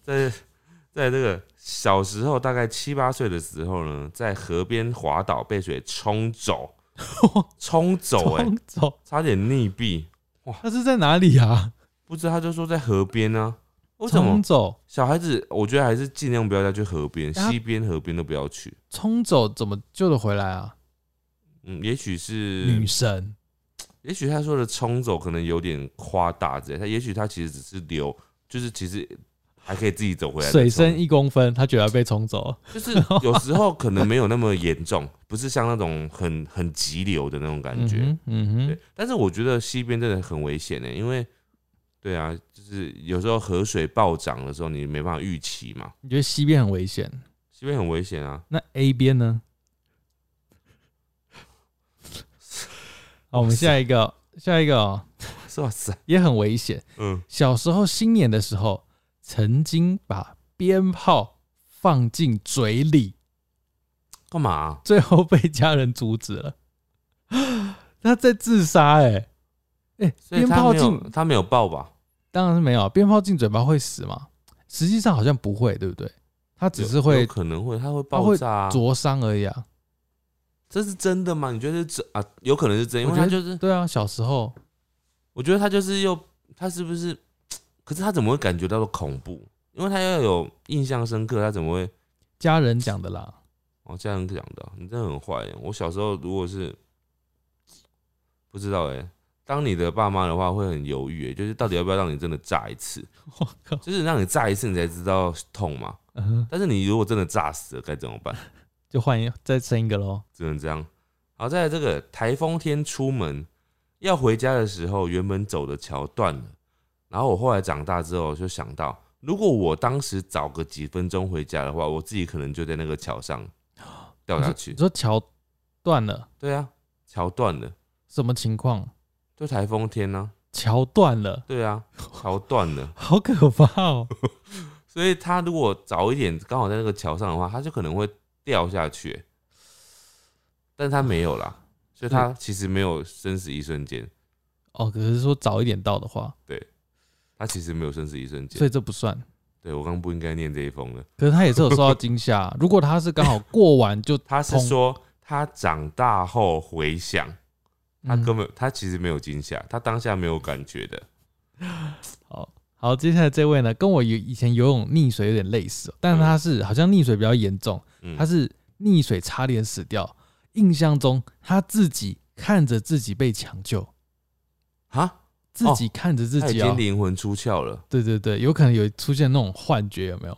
B: 在在这个小时候，大概七八岁的时候呢，在河边滑倒被水 冲走，冲 走哎、
A: 冲走，
B: 差点溺毙。
A: 他是在哪里啊？
B: 不知道他就说在河边呢、啊，为什
A: 冲
B: 么
A: 走，
B: 小孩子？我觉得还是尽量不要再去河边，
A: 他
B: 溪边、河边都不要去。
A: 冲走怎么救得回来啊？
B: 嗯，也许是
A: 女，神，
B: 也许他说的冲走可能有点夸大之类，他也许他其实只是流，就是其实还可以自己走回来的冲。
A: 水深一公分，他觉得被冲走，
B: 就是有时候可能没有那么严重，不是像那种很很急流的那种感觉。
A: 嗯哼嗯
B: 对
A: 哼，，
B: 但是我觉得西边真的很危险呢，因为对啊，就是有时候河水暴涨的时候，你没办法预期嘛，
A: 你觉得西边很危险，
B: 西边很危险啊。
A: 那 A 边 呢？好，我们下一个，下一个、哦、
B: 哇塞，
A: 也很危险。
B: 嗯，
A: 小时候新年的时候，曾经把鞭炮放进嘴里，
B: 干嘛、啊
A: 最后被家人阻止了。 他在自杀哎、欸、哎、
B: 所以
A: 鞭
B: 他
A: 炮
B: 没
A: 进
B: 有他没有爆吧？
A: 当然是没有，鞭炮进嘴巴会死嘛？实际上好像不会，对不对？它只是
B: 有有
A: 会
B: 可能会，他会
A: 它会
B: 爆炸、啊。
A: 灼伤而已啊。
B: 这是真的吗？你觉得是真啊？有可能是真，因
A: 我
B: 为
A: 觉
B: 他
A: 得
B: 就是，
A: 对啊，小时候
B: 我觉得他就是又他是不是？可是他怎么会感觉到恐怖？因为他要有印象深刻，他怎么会？
A: 家人讲的 啦。
B: 哦，家人讲的啊，你真的很坏耶。我小时候如果是不知道哎、当你的爸妈的话会很犹豫耶，欸就是到底要不要让你真的炸一次？
A: 我靠，
B: 就是让你炸一次，你才知道痛嘛。
A: 嗯哼，
B: 但是你如果真的炸死了，该怎么办？
A: 就换一再生一个喽。
B: 只能这样。好，在这个台风天出门要回家的时候，原本走的桥断了。然后我后来长大之后就想到，如果我当时早个几分钟回家的话，我自己可能就在那个桥上掉下去
A: 哦你。说桥断了，
B: 对啊，桥断了，
A: 什么情况？
B: 就台风 天呢、
A: 桥断了，
B: 对啊，桥断了。
A: 好可怕 哦！
B: 所以他如果早一点刚好在那个桥上的话，他就可能会掉下去，但他没有啦，所以
A: 嗯
B: 他其实没有生死一瞬间，
A: 哦，可是说早一点到的话，
B: 他其实没有生死一瞬间
A: 所。以这不算。
B: 对我刚刚不应该念这一封了。
A: 可是他也是有受到惊 吓。如果他是刚好过完就，
B: 他是
A: 通
B: 说他长大后回想， 他
A: 嗯
B: 根本、他其实没有惊吓，他当下没有感觉的。
A: 好好，接下来这位呢，跟我以以前游泳溺水有点类似哦，但是他是、好像溺水比较严重，
B: 嗯，
A: 他是溺水差点死掉。印象中他自己看着自己被抢救，
B: 啊，
A: 自己看着自
B: 他已
A: 己、
B: 经
A: 哦，
B: 灵魂出窍了。
A: 对对对，有可能有出现那种幻觉，有没有？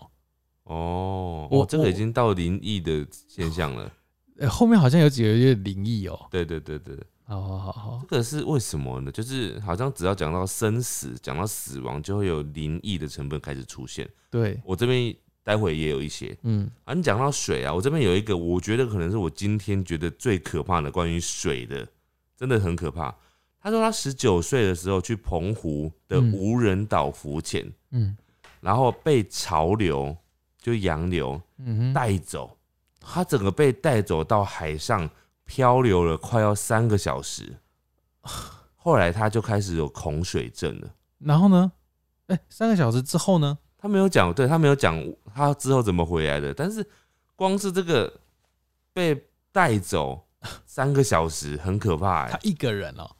B: 哦，
A: 我
B: 哦这个
A: 我
B: 已经到灵异的现象了。
A: 呃后面好像有几个有点灵异哦。
B: 对对对对，对
A: 好好好好
B: 这，个是为什么呢？就是好像只要讲到生死，讲到死亡，就会有灵异的成分开始出现。
A: 对，
B: 我这边待会也有一些
A: 嗯，
B: 啊。你讲到水啊，我这边有一个，我觉得可能是我今天觉得最可怕的关于水的，真的很可怕。他说他十九岁的时候去澎湖的
A: 嗯
B: 无人岛浮潜，
A: 嗯
B: 然后被潮流就洋流
A: 嗯哼，
B: 带走，他整个被带走到海上漂流了快要三个小时。后来他就开始有恐水症了。
A: 然后呢？哎、三个小时之后呢？
B: 他没有讲，对他没有讲他之后怎么回来的，但是光是这个被带走三个小时很可怕哎、
A: 他一个人哦，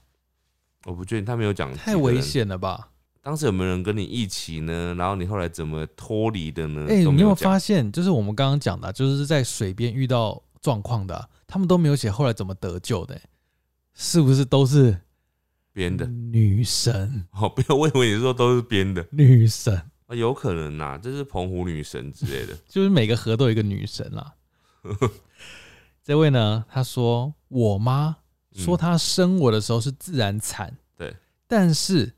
B: 我不确定他没有讲
A: 太
B: 几个人
A: 危。险了吧？
B: 当时有没有人跟你一起呢？然后你后来怎么脱离的呢？
A: 哎、
B: 嗯都
A: 你
B: 没
A: 有没有
B: 讲
A: 发现，就是我们刚刚讲的啊、就是在水边遇到状况的啊、他们都没有写后来怎么得救的欸、是不是都是
B: 编
A: 嗯
B: 的？
A: 女神？
B: 哦，不要，我以为你说都是编的，
A: 女神
B: 啊有可能呐、这是澎湖女神之类的。
A: 就是每个河都有一个女神 啦。这位呢，他说我妈
B: 嗯
A: 说她生我的时候是自然产，
B: 对，
A: 但是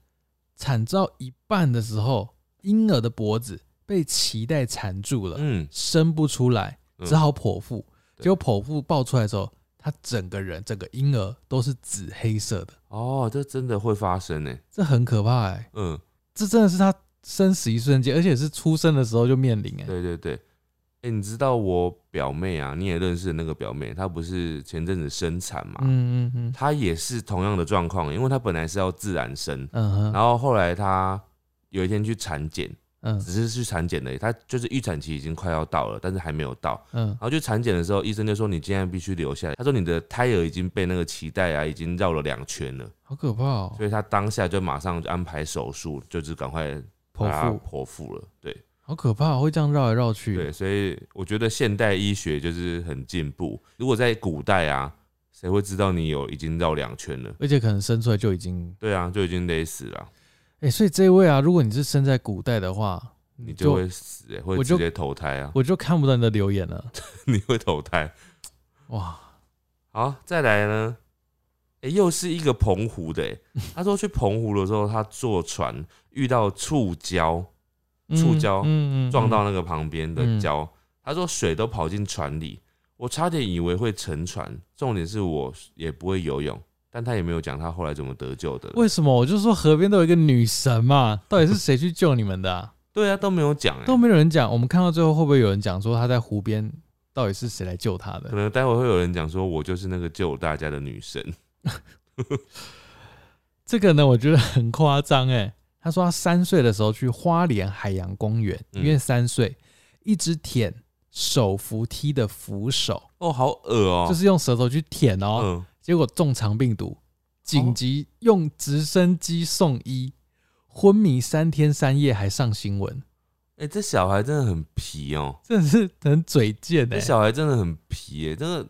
A: 产到一半的时候，婴儿的脖子被脐带缠住了，
B: 嗯，
A: 生不出来，
B: 嗯
A: 只好剖腹。
B: 对
A: 结果剖腹抱出来的时候，他整个人、整个婴儿都是紫黑色的，
B: 哦，这真的会发生呢、欸
A: 这很可怕哎、
B: 嗯，
A: 这真的是他生死一瞬间，而且是出生的时候就面临哎、
B: 对对对。哎、你知道我表妹啊，你也认识的那个表妹，她不是前阵子生产嘛？
A: 嗯嗯嗯
B: 她也是同样的状况，因为她本来是要自然生，
A: 嗯
B: 然后后来她有一天去产检，
A: 嗯
B: 只是去产检而已，她就是预产期已经快要到了，但是还没有到。
A: 嗯
B: 然后去产检的时候，医生就说你今天必须留下来，他说你的胎儿已经被那个脐带啊已经绕了两圈了，
A: 好可怕哦、
B: 所以他当下就马上就安排手术，就是赶快把它
A: 剖腹
B: 剖腹了。对
A: 好可怕哦、会这样绕来绕去。
B: 对，所以我觉得现代医学就是很进步，如果在古代啊，谁会知道你有已经绕两圈了？
A: 而且可能生出来就已经，
B: 对啊，就已经勒死了啊。
A: 哎、所以这位啊，如果你是生在古代的话，
B: 你
A: 你
B: 就
A: 就
B: 会死、欸，会
A: 我
B: 直
A: 就
B: 接投胎啊，
A: 我就看不到你的留言了。
B: 你会投胎。
A: 哇，
B: 好，再来呢，哎、又是一个澎湖的、欸，他说去澎湖的时候，他坐船遇到触礁，触礁
A: 嗯
B: 撞到那个旁边的
A: 嗯
B: 礁，他说水都跑进船里，我差点以为会沉船，重点是我也不会游泳，但他也没有讲他后来怎么得救的，
A: 为什么？我就说河边都有一个女神嘛，到底是谁去救你们的啊、
B: 对啊，都没有讲、欸，
A: 都没有人讲。我们看到最后会不会有人讲说他在湖边到底是谁来救他
B: 可
A: 的？
B: 能待会会有人讲说，我就是那个救大家的女神。
A: 这个呢，我觉得很夸张哎。他说他三岁的时候去花莲海洋公园，
B: 嗯
A: 因为三岁，一直舔手扶梯的扶手，
B: 哦，好恶哦、
A: 就是用舌头去舔哦，
B: 嗯，
A: 结果中肠病毒，紧急用直升机送医，昏迷三天三夜，还上新闻，
B: 哎、这小孩真的很皮哦、
A: 真的是很嘴贱哎、
B: 这小孩真的很皮、欸，真的。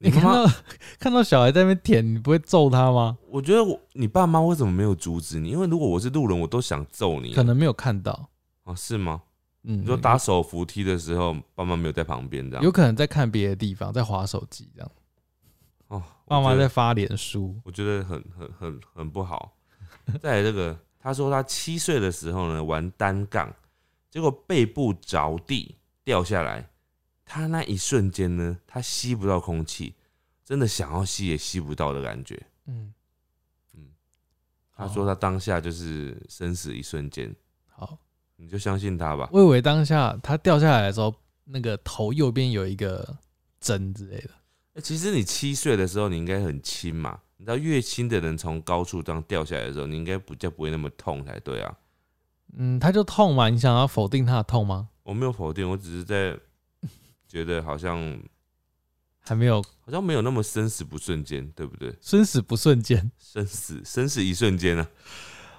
A: 你
B: 你妈
A: 看
B: 妈，
A: 到 看到小孩在那边舔，你不会揍他吗？
B: 我觉得我你爸妈为什么没有阻止你？因为如果我是路人，我都想揍你。
A: 可能没有看到，
B: 哦，是吗？
A: 嗯，
B: 你说打手扶梯的时候，爸妈没有在旁边这样。
A: 有可能在看别的地方，在划手机这样，
B: 哦，我
A: 爸妈
B: 觉
A: 在
B: 得
A: 发脸书，
B: 我觉得很很很很不好。再来这个，他说他七岁的时候呢玩单杠，结果背部着地掉下来，他那一瞬间呢，他吸不到空气，真的想要吸也吸不到的感觉。
A: 嗯
B: 嗯，他说
A: 好
B: 他当下就是生死一瞬间，
A: 好，
B: 你就相信他吧。
A: 我以为当下他掉下来的时候，那个头右边有一个针之类的，
B: 欸其实你七岁的时候，你应该很轻嘛。你知道越轻的人从高处这样掉下来的时候，你应该比较不会那么痛才对啊。
A: 嗯，他就痛嘛，你想要否定他的痛吗？
B: 我没有否定，我只是在觉得好像
A: 还没有
B: 好像没有那么生死不瞬间，对不对？
A: 生死不瞬间。
B: 生死生死一瞬间啊，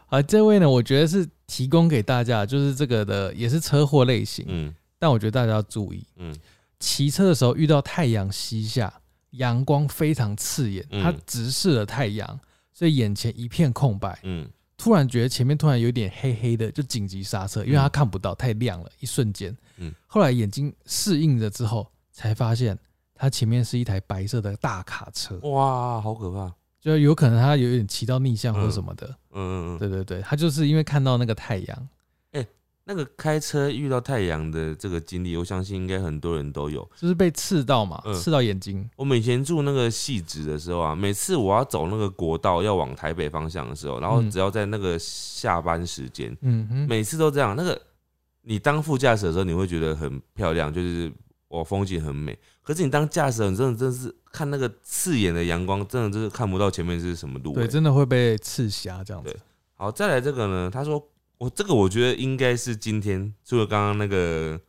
A: 啊，这位呢，我觉得是提供给大家，就是这个的也是车祸类型，
B: 嗯
A: 但我觉得大家要注意，
B: 嗯，
A: 骑车的时候遇到太阳西下，阳光非常刺眼，
B: 嗯
A: 它直视了太阳，所以眼前一片空白，
B: 嗯
A: 突然觉得前面突然有点黑黑的，就紧急刹车，因为他
B: 嗯
A: 看不到，太亮了，一瞬间，
B: 嗯，
A: 后来眼睛适应了之后，才发现它前面是一台白色的大卡车，
B: 哦哇，好可怕，
A: 就有可能它有点骑到逆向或
B: 嗯
A: 什么的，
B: 嗯嗯嗯，
A: 对对对，它就是因为看到那个太阳。
B: 那个开车遇到太阳的这个经历，我相信应该很多人都有。
A: 就是被刺到嘛，
B: 嗯
A: 刺到眼睛。
B: 我们以前住那个戏子的时候啊，每次我要走那个国道要往台北方向的时候，然后
A: 嗯
B: 只要在那个下班时间，
A: 嗯哼，
B: 每次都这样。那个你当副驾驶的时候，你会觉得很漂亮，就是我风景很美。可是你当驾驶，你真的真的是看那个刺眼的阳光，真的就是看不到前面是什么路、
A: 对，
B: 欸。
A: 真的会被刺瞎这样子
B: 对。好，再来这个呢？他说我这个我觉得应该是今天除了刚刚那个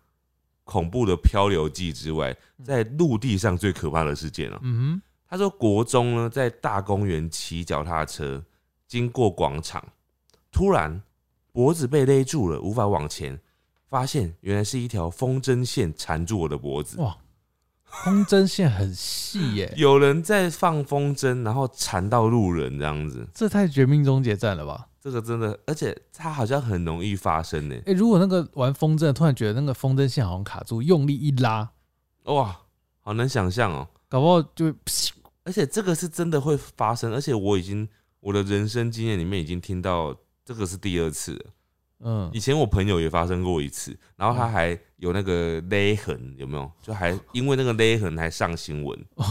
B: 恐怖的漂流记之外，在陆地上最可怕的事件哦、
A: 嗯
B: 他说国中呢在大公园骑脚踏车，经过广场，突然脖子被勒住了，无法往前，发现原来是一条风筝线缠住我的脖子
A: 哼，。哇，风筝线很细耶、
B: 有人在放风筝，然后缠到路人这样子，
A: 这太绝命终结战了吧？
B: 这个真的，而且它好像很容易发生呢。
A: 哎、如果那个玩风筝的突然觉得那个风筝线好像卡住，用力一拉，
B: 哇，好难想象哦、
A: 搞不好就
B: 而且这个是真的会发生，而且我已经我的人生经验里面已经听到这个是第二次了。
A: 嗯
B: 以前我朋友也发生过一次，然后他还有那个勒痕，有没有？就还因为那个勒痕还上新闻，
A: 哇，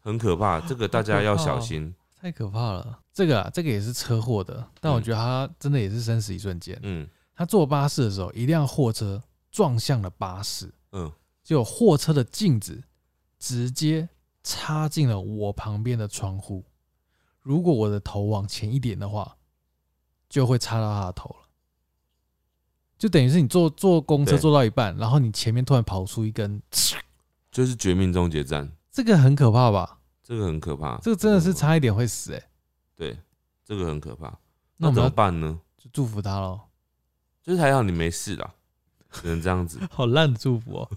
B: 很可怕。这个大家要小心。
A: 太哦可怕哦了。这个啊，这个也是车祸的，但我觉得他真的也是生死一瞬间。
B: 嗯
A: 他坐巴士的时候，一辆货车撞向了巴士，
B: 嗯，
A: 就货车的镜子直接插进了我旁边的窗户。如果我的头往前一点的话，就会插到他的头了。就等于是你坐坐公车
B: 对
A: 坐到一半，然后你前面突然跑出一根，
B: 就是绝命终结战，
A: 这个很可怕吧？
B: 这个很可怕。
A: 这个真的
B: 这
A: 是
B: 个很可怕
A: 差一点会死哎、
B: 对，这个很可怕。
A: 嗯那
B: 那
A: 我们
B: 怎么
A: 要
B: 办呢？
A: 祝福他喽，
B: 就是还好你没事啦，只能这样子。
A: 好烂的祝福哦。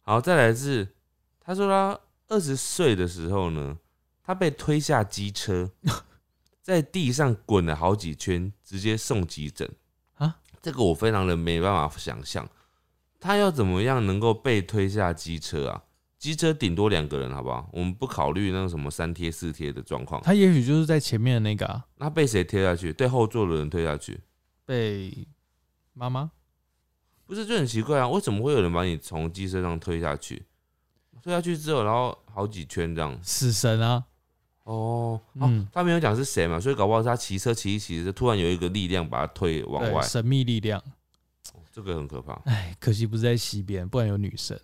B: 好，再来是他说他二十岁的时候呢，他被推下机车，在地上滚了好几圈，直接送急诊
A: 啊！
B: 这个我非常的没办法想象，他要怎么样能够被推下机车啊？机车顶多两个人，好不好？我们不考虑那个什么三贴四贴的状况。
A: 他也许就是在前面的那个、啊、
B: 那被谁推下去？对后座的人推下去，
A: 被妈妈，
B: 不是就很奇怪啊？为什么会有人把你从机车上推下去？推下去之后，然后好几圈这样。
A: 死神啊，
B: 哦，
A: 嗯
B: 哦他没有讲是谁嘛，所以搞不好是他骑车骑一骑，就突然有一个力量把他推往
A: 对，
B: 外，
A: 神秘力量。
B: 这个很可怕。
A: 哎，可惜不是在西边，不然有女神。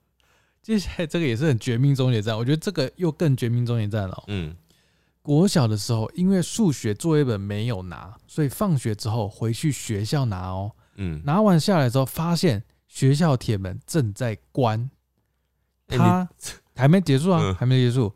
A: 接下来这个也是很绝命终结战，我觉得这个又更绝命终结战了哦。
B: 嗯，
A: 国小的时候，因为数学作业本没有拿，所以放学之后回去学校拿哦。
B: 嗯，
A: 拿完下来之后，发现学校铁门正在关，
B: 哎
A: 他还没结束啊，
B: 嗯
A: 还没结束。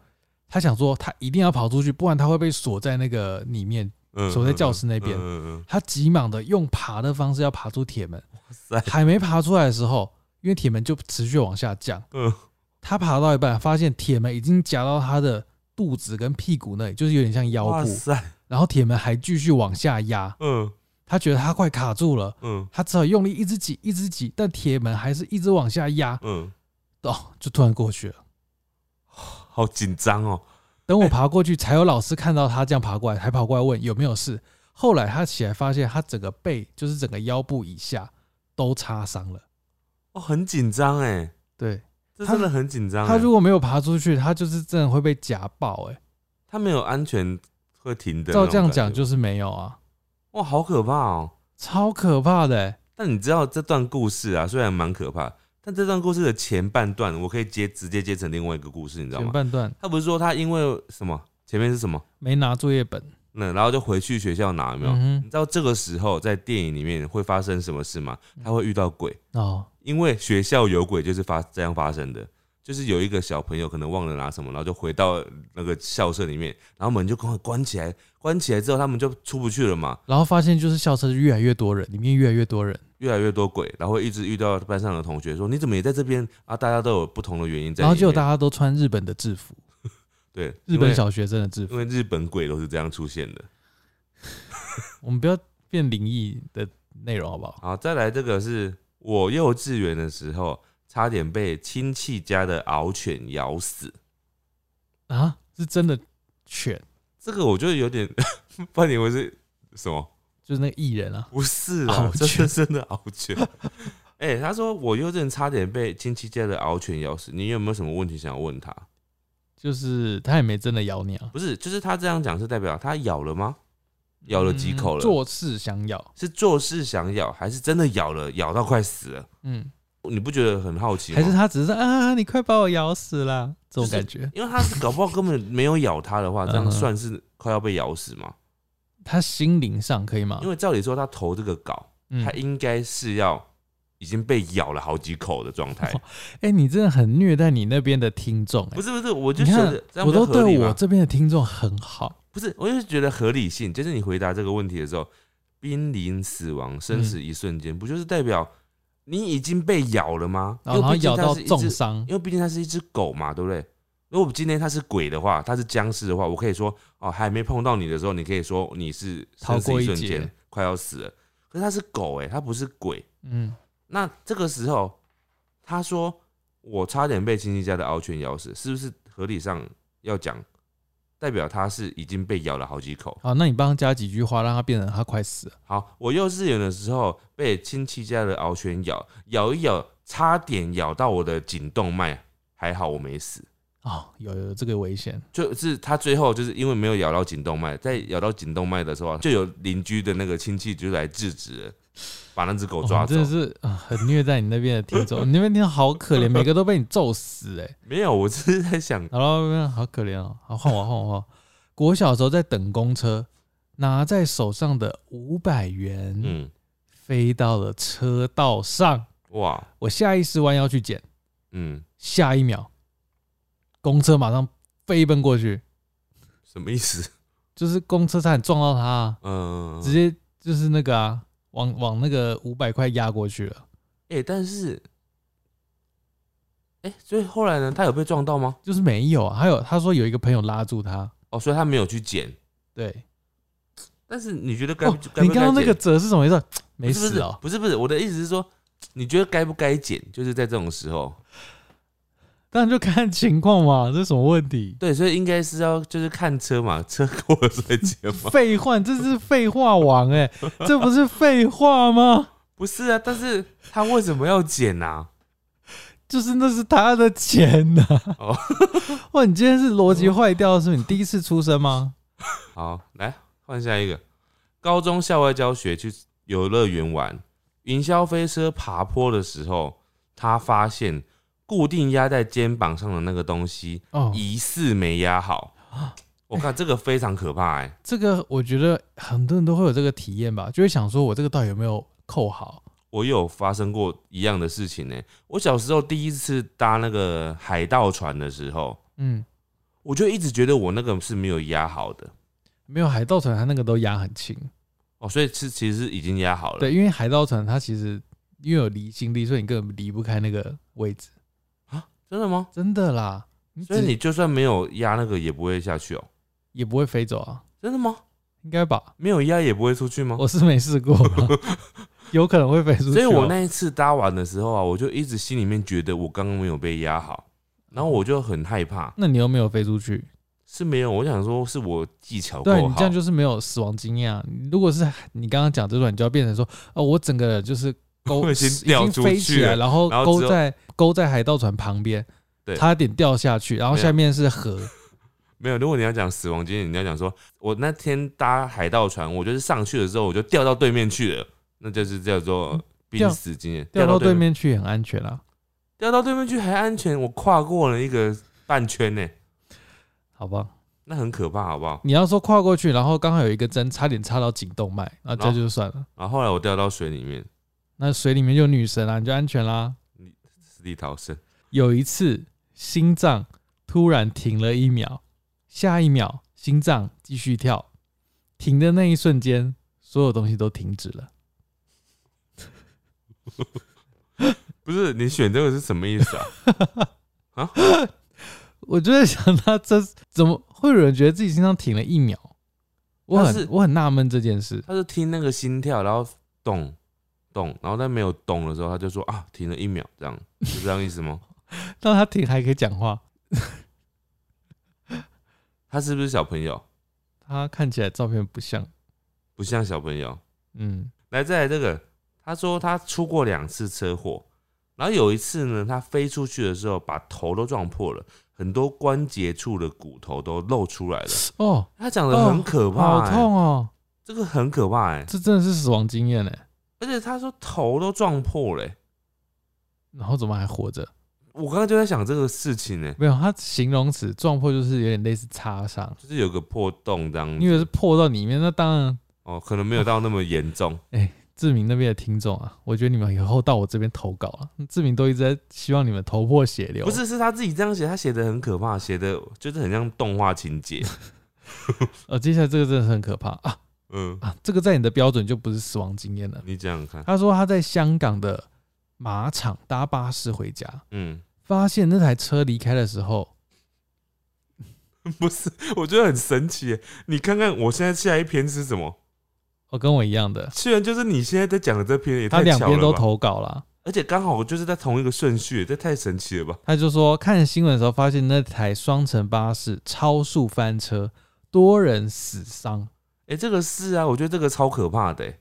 A: 他想说，他一定要跑出去，不然他会被锁在那个里面。
B: 你
A: 守在教室那边
B: 嗯嗯嗯
A: 他急忙的用爬的方式要爬出铁门，
B: 哇塞，
A: 还没爬出来的时候，因为铁门就持续往下降，
B: 嗯，
A: 他爬到一半，发现铁门已经夹到他的肚子跟屁股那里，就是有点像腰
B: 哇
A: 部，
B: 塞，
A: 然后铁门还继续往下压，
B: 嗯
A: 他觉得他快卡住了，
B: 嗯
A: 他只好用力一直挤，一直挤，但铁门还是一直往下压，
B: 嗯，
A: 哦，就突然过去了。
B: 好紧张哦，
A: 等我爬过去，才有老师看到他这样爬过来，还跑过来问有没有事。后来他起来发现，他整个背就是整个腰部以下都擦伤了。
B: 哦，很紧张哎，
A: 对
B: 这
A: 他
B: 真的很紧张哎。
A: 他如果没有爬出去，他就是真的会被夹爆、欸。
B: 他没有安全会停的那
A: 照
B: 种感觉，
A: 这样讲就是没有啊，
B: 哇，好可怕哦。
A: 超可怕的、欸。
B: 但你知道这段故事啊，虽然蛮可怕，但这段故事的前半段我可以接直接接成另外一个故事，你知道
A: 前
B: 吗？
A: 半段
B: 他不是说他因为什么前面是什么，
A: 没拿作业本，
B: 那然后就回去学校拿，有没有？
A: 嗯
B: 你知道这个时候在电影里面会发生什么事吗？
A: 嗯
B: 他会遇到鬼，
A: 哼哦，
B: 因为学校有鬼就是发这样发生的。就是有一个小朋友可能忘了拿什么，然后就回到那个校舍里面，然后门就赶快关起来，关起来之后他们就出不去了嘛。
A: 然后发现就是校车越来越多人，里面越来越多人，
B: 越来越多鬼，然后一直遇到班上的同学说：“你怎么也在这边啊？”大家都有不同的原因在里面。
A: 然后结果大家都穿日本的制服，
B: 对
A: 日本，小学生的制
B: 因
A: 服。
B: 为因为日本鬼都是这样出现的。
A: 我们不要变灵异的内容好不好？
B: 好，再来这个是我幼稚园的时候，差点被亲戚家的獒犬咬死。
A: 啊，是真的犬，
B: 这个我觉得有点， 不然你以为是什么？
A: 就是那个艺人啊，
B: 不是啊，
A: 獒
B: 这
A: 犬
B: 是真的獒犬。哎、他说我幼稚园差点被亲戚家的獒犬咬死，你有没有什么问题想要问他？
A: 就是他也没真的咬你啊，
B: 不是，就是他这样讲是代表他咬了吗？咬了几口了？
A: 嗯做事想咬，
B: 是做事想咬，还是真的咬了，咬到快死了？
A: 嗯，
B: 你不觉得很好奇吗？
A: 还是他只是啊，你快把我咬死啦这种
B: 就是
A: 感觉。
B: 因为他是搞不好根本没有咬他的话，这样
A: 嗯
B: 算是快要被咬死吗？
A: 他心灵上可以吗
B: 因？为照理说他投这个稿，
A: 嗯
B: 他应该是要已经被咬了好几口的状态。
A: 哎、你真的很虐待你那边的听众、哎
B: 不是不是，我就
A: 你
B: 觉
A: 看
B: 得这，样
A: 我
B: 比
A: 都
B: 较合理
A: 对我
B: 嘛。
A: 这边的听众很好，
B: 不是，我就是觉得合理性，就是你回答这个问题的时候，濒临死亡，生死一瞬
A: 嗯
B: 间，不就是代表你已经被咬了吗？
A: 然后哦然后
B: 因为毕竟
A: 咬到
B: 它是一只
A: 重伤，
B: 因为毕竟它是一只狗嘛，对不对？如果今天它是鬼的话，它是僵尸的话，我可以说哦，还没碰到你的时候，你可以说你是
A: 逃过
B: 生死
A: 一
B: 瞬
A: 劫
B: 间快要死了。可是它是狗哎、它不是鬼。
A: 嗯，
B: 那这个时候，他说我差点被亲戚家的獒犬咬死，是不是合理上要讲，代表它是已经被咬了好几口？
A: 好，那你帮他加几句话，让他变成他快死了，
B: 好，我幼稚园的时候被亲戚家的獒犬咬，咬一咬，差点咬到我的颈动脉，还好我没死。
A: 哦，有有这个危险，
B: 就是他最后就是因为没有咬到颈动脉，在咬到颈动脉的时候啊，就有邻居的那个亲戚就来制止了，把那只狗抓
A: 哦
B: 走。
A: 真的是、啊很虐待你那边的听众，你那边听众好可 怜，每个都被你揍死哎、
B: 没有，我只是在想，
A: 然后那边好可怜哦，好换我换我换我，国小时候在等公车，拿在手上的五百元、
B: 嗯，
A: 飞到了车道上，
B: 哇，
A: 我下意识弯腰去捡。
B: 嗯，
A: 下一秒，公车马上飞奔过去，
B: 什么意思？
A: 就是公车差点撞到他啊，
B: 嗯、
A: 直接就是那个啊，往往那个五百块压过去了，
B: 哎、但是，哎、所以后来呢，他有被撞到吗？
A: 就是没有啊。还有他说有一个朋友拉住他，
B: 哦，所以他没有去捡。
A: 对，
B: 但是你觉得该
A: 哦
B: 不、，该
A: 你
B: 不该
A: 刚刚那个
B: 捡
A: 折是什么意思？没
B: 不是
A: 事哦，
B: 不是不是不是，我的意思是说，你觉得该不该捡？就是在这种时候，
A: 当然就看情况嘛，这是什么问题？
B: 对，所以应该是要就是看车嘛，车过了再捡嘛。
A: 废话，这是废话王哎、 这不是废话吗？
B: 不是啊，但是他为什么要剪啊？
A: 就是那是他的钱呐、
B: 哦
A: 哇，你今天是逻辑坏掉，是不是你第一次出生吗？
B: 好，来换下一个。高中校外教学去游乐园玩，云霄飞车爬坡的时候，他发现固定压在肩膀上的那个东西
A: 哦，
B: 疑似没 压好。我看这个非常可怕哎、
A: 这个我觉得很多人都会有这个体验吧，就会想说我这个到底有没有扣好？
B: 我也有发生过一样的事情呢、欸我小时候第一次搭那个海盗船的时候，
A: 嗯，
B: 我就一直觉得我那个是没有压好的
A: 没有海盗船，它那个都压很轻。
B: 哦，所以是其实是已经压好了。
A: 对，因为海盗船它其实因为有离心力，所以你根本离不开那个位置。
B: 真的吗？
A: 真的啦，你
B: 所以
A: 只
B: 你就算没有压那个也不会下去哦、
A: 也不会飞走啊，
B: 真的吗？
A: 应该吧？
B: 没有压也不会出去吗？
A: 我是没试过 啊，有可能会飞出去哦。
B: 所以我那一次搭完的时候啊，我就一直心里面觉得我刚刚没有被压好，然后我就很害怕，
A: 那你又没有飞出去，
B: 是没有，我想说是我技巧够
A: 对你
B: 好
A: 这，样就是没有死亡经验啊。你如果是你刚刚讲这段，你就要变成说，哦，我整个人 就是勾
B: 我已经掉出
A: 飞
B: 去
A: 起来，
B: 了
A: 然后
B: 然后
A: 勾
B: 之后
A: 在勾在海盗船旁边，
B: 对啊
A: 差点掉下去，然后
B: 没有
A: 下面是 河，
B: 没有。如果你要讲死亡经验，你要讲说我那天搭海盗船，我就是上去的时候我就掉到对面去了，那就是叫做濒
A: 掉
B: 死经验，
A: 嗯掉到
B: 对
A: 对，面去也很安全啊啦，
B: 掉到对面去还安全，我跨过了一个半圈呢、
A: 好吧？
B: 那很可怕，好不好？
A: 你要说跨过去，然后刚好有一个针差点插到颈动脉，那这
B: 哦
A: 就算了。
B: 然后后来我掉到水里面，
A: 那水里面就有女神啊啦，你就安全啦。
B: 死里逃生。
A: 有一次心脏突然停了一秒，下一秒心脏继续跳，停的那一瞬间，所有东西都停止了。
B: 不是你选这个是什么意思啊？
A: 我就在想，他这怎么会有人觉得自己心脏停了一秒？我
B: 他是
A: 很我很纳闷这件事。
B: 他是听那个心跳，然后咚咚，然后在没有咚的时候，他就说啊，停了一秒，这样是这样意思吗？
A: 但他停还可以讲话，
B: 他是不是小朋友？
A: 他看起来照片不像。
B: 不像小朋友。
A: 嗯，
B: 来，再来这个，他说他出过两次车祸，然后有一次呢，他飞出去的时候把头都撞破了，很多关节处的骨头都露出来了。
A: 哦，
B: 他讲的很可怕、
A: 好
B: 欸，
A: 痛哦，
B: 这个很可怕哎、
A: 这真的是死亡经验哎。
B: 而且他说头都撞破了欸、
A: 然后怎么还活着？
B: 我刚刚就在想这个事情哎呢、
A: 没有，他形容词撞破就是有点类似擦伤，
B: 就是有个破洞这样
A: 你以
B: 子，
A: 为是破到里面，那当然
B: 哦，可能没有到那么严重。
A: 志明那边的听众啊，我觉得你们以后到我这边投稿了、志明都一直在希望你们头破血流。
B: 不，是，是他自己这样写，他写的很可怕，写的就是很像动画情 节。
A: 呃，接下来这个真的是很可怕啊
B: 嗯，
A: 啊！这个在你的标准就不是死亡经验了。
B: 你想想 看，
A: 他说他在香港的马场搭巴士回家，
B: 嗯，
A: 发现那台车离开的时候，
B: 嗯不是，我觉得很神奇耶。你看看我现在下一篇是什么？
A: 哦，跟我一样的，
B: 居然就是你现在在讲的这篇，也
A: 他
B: 太
A: 两
B: 巧
A: 边
B: 了
A: 都
B: 吧！
A: 投稿啦。
B: 而且刚好就是在同一个顺序，这太神奇了吧？
A: 他就说看新闻的时候发现那台双层巴士超速翻车，多人死伤。
B: 哎、这个是啊，我觉得这个超可怕的耶，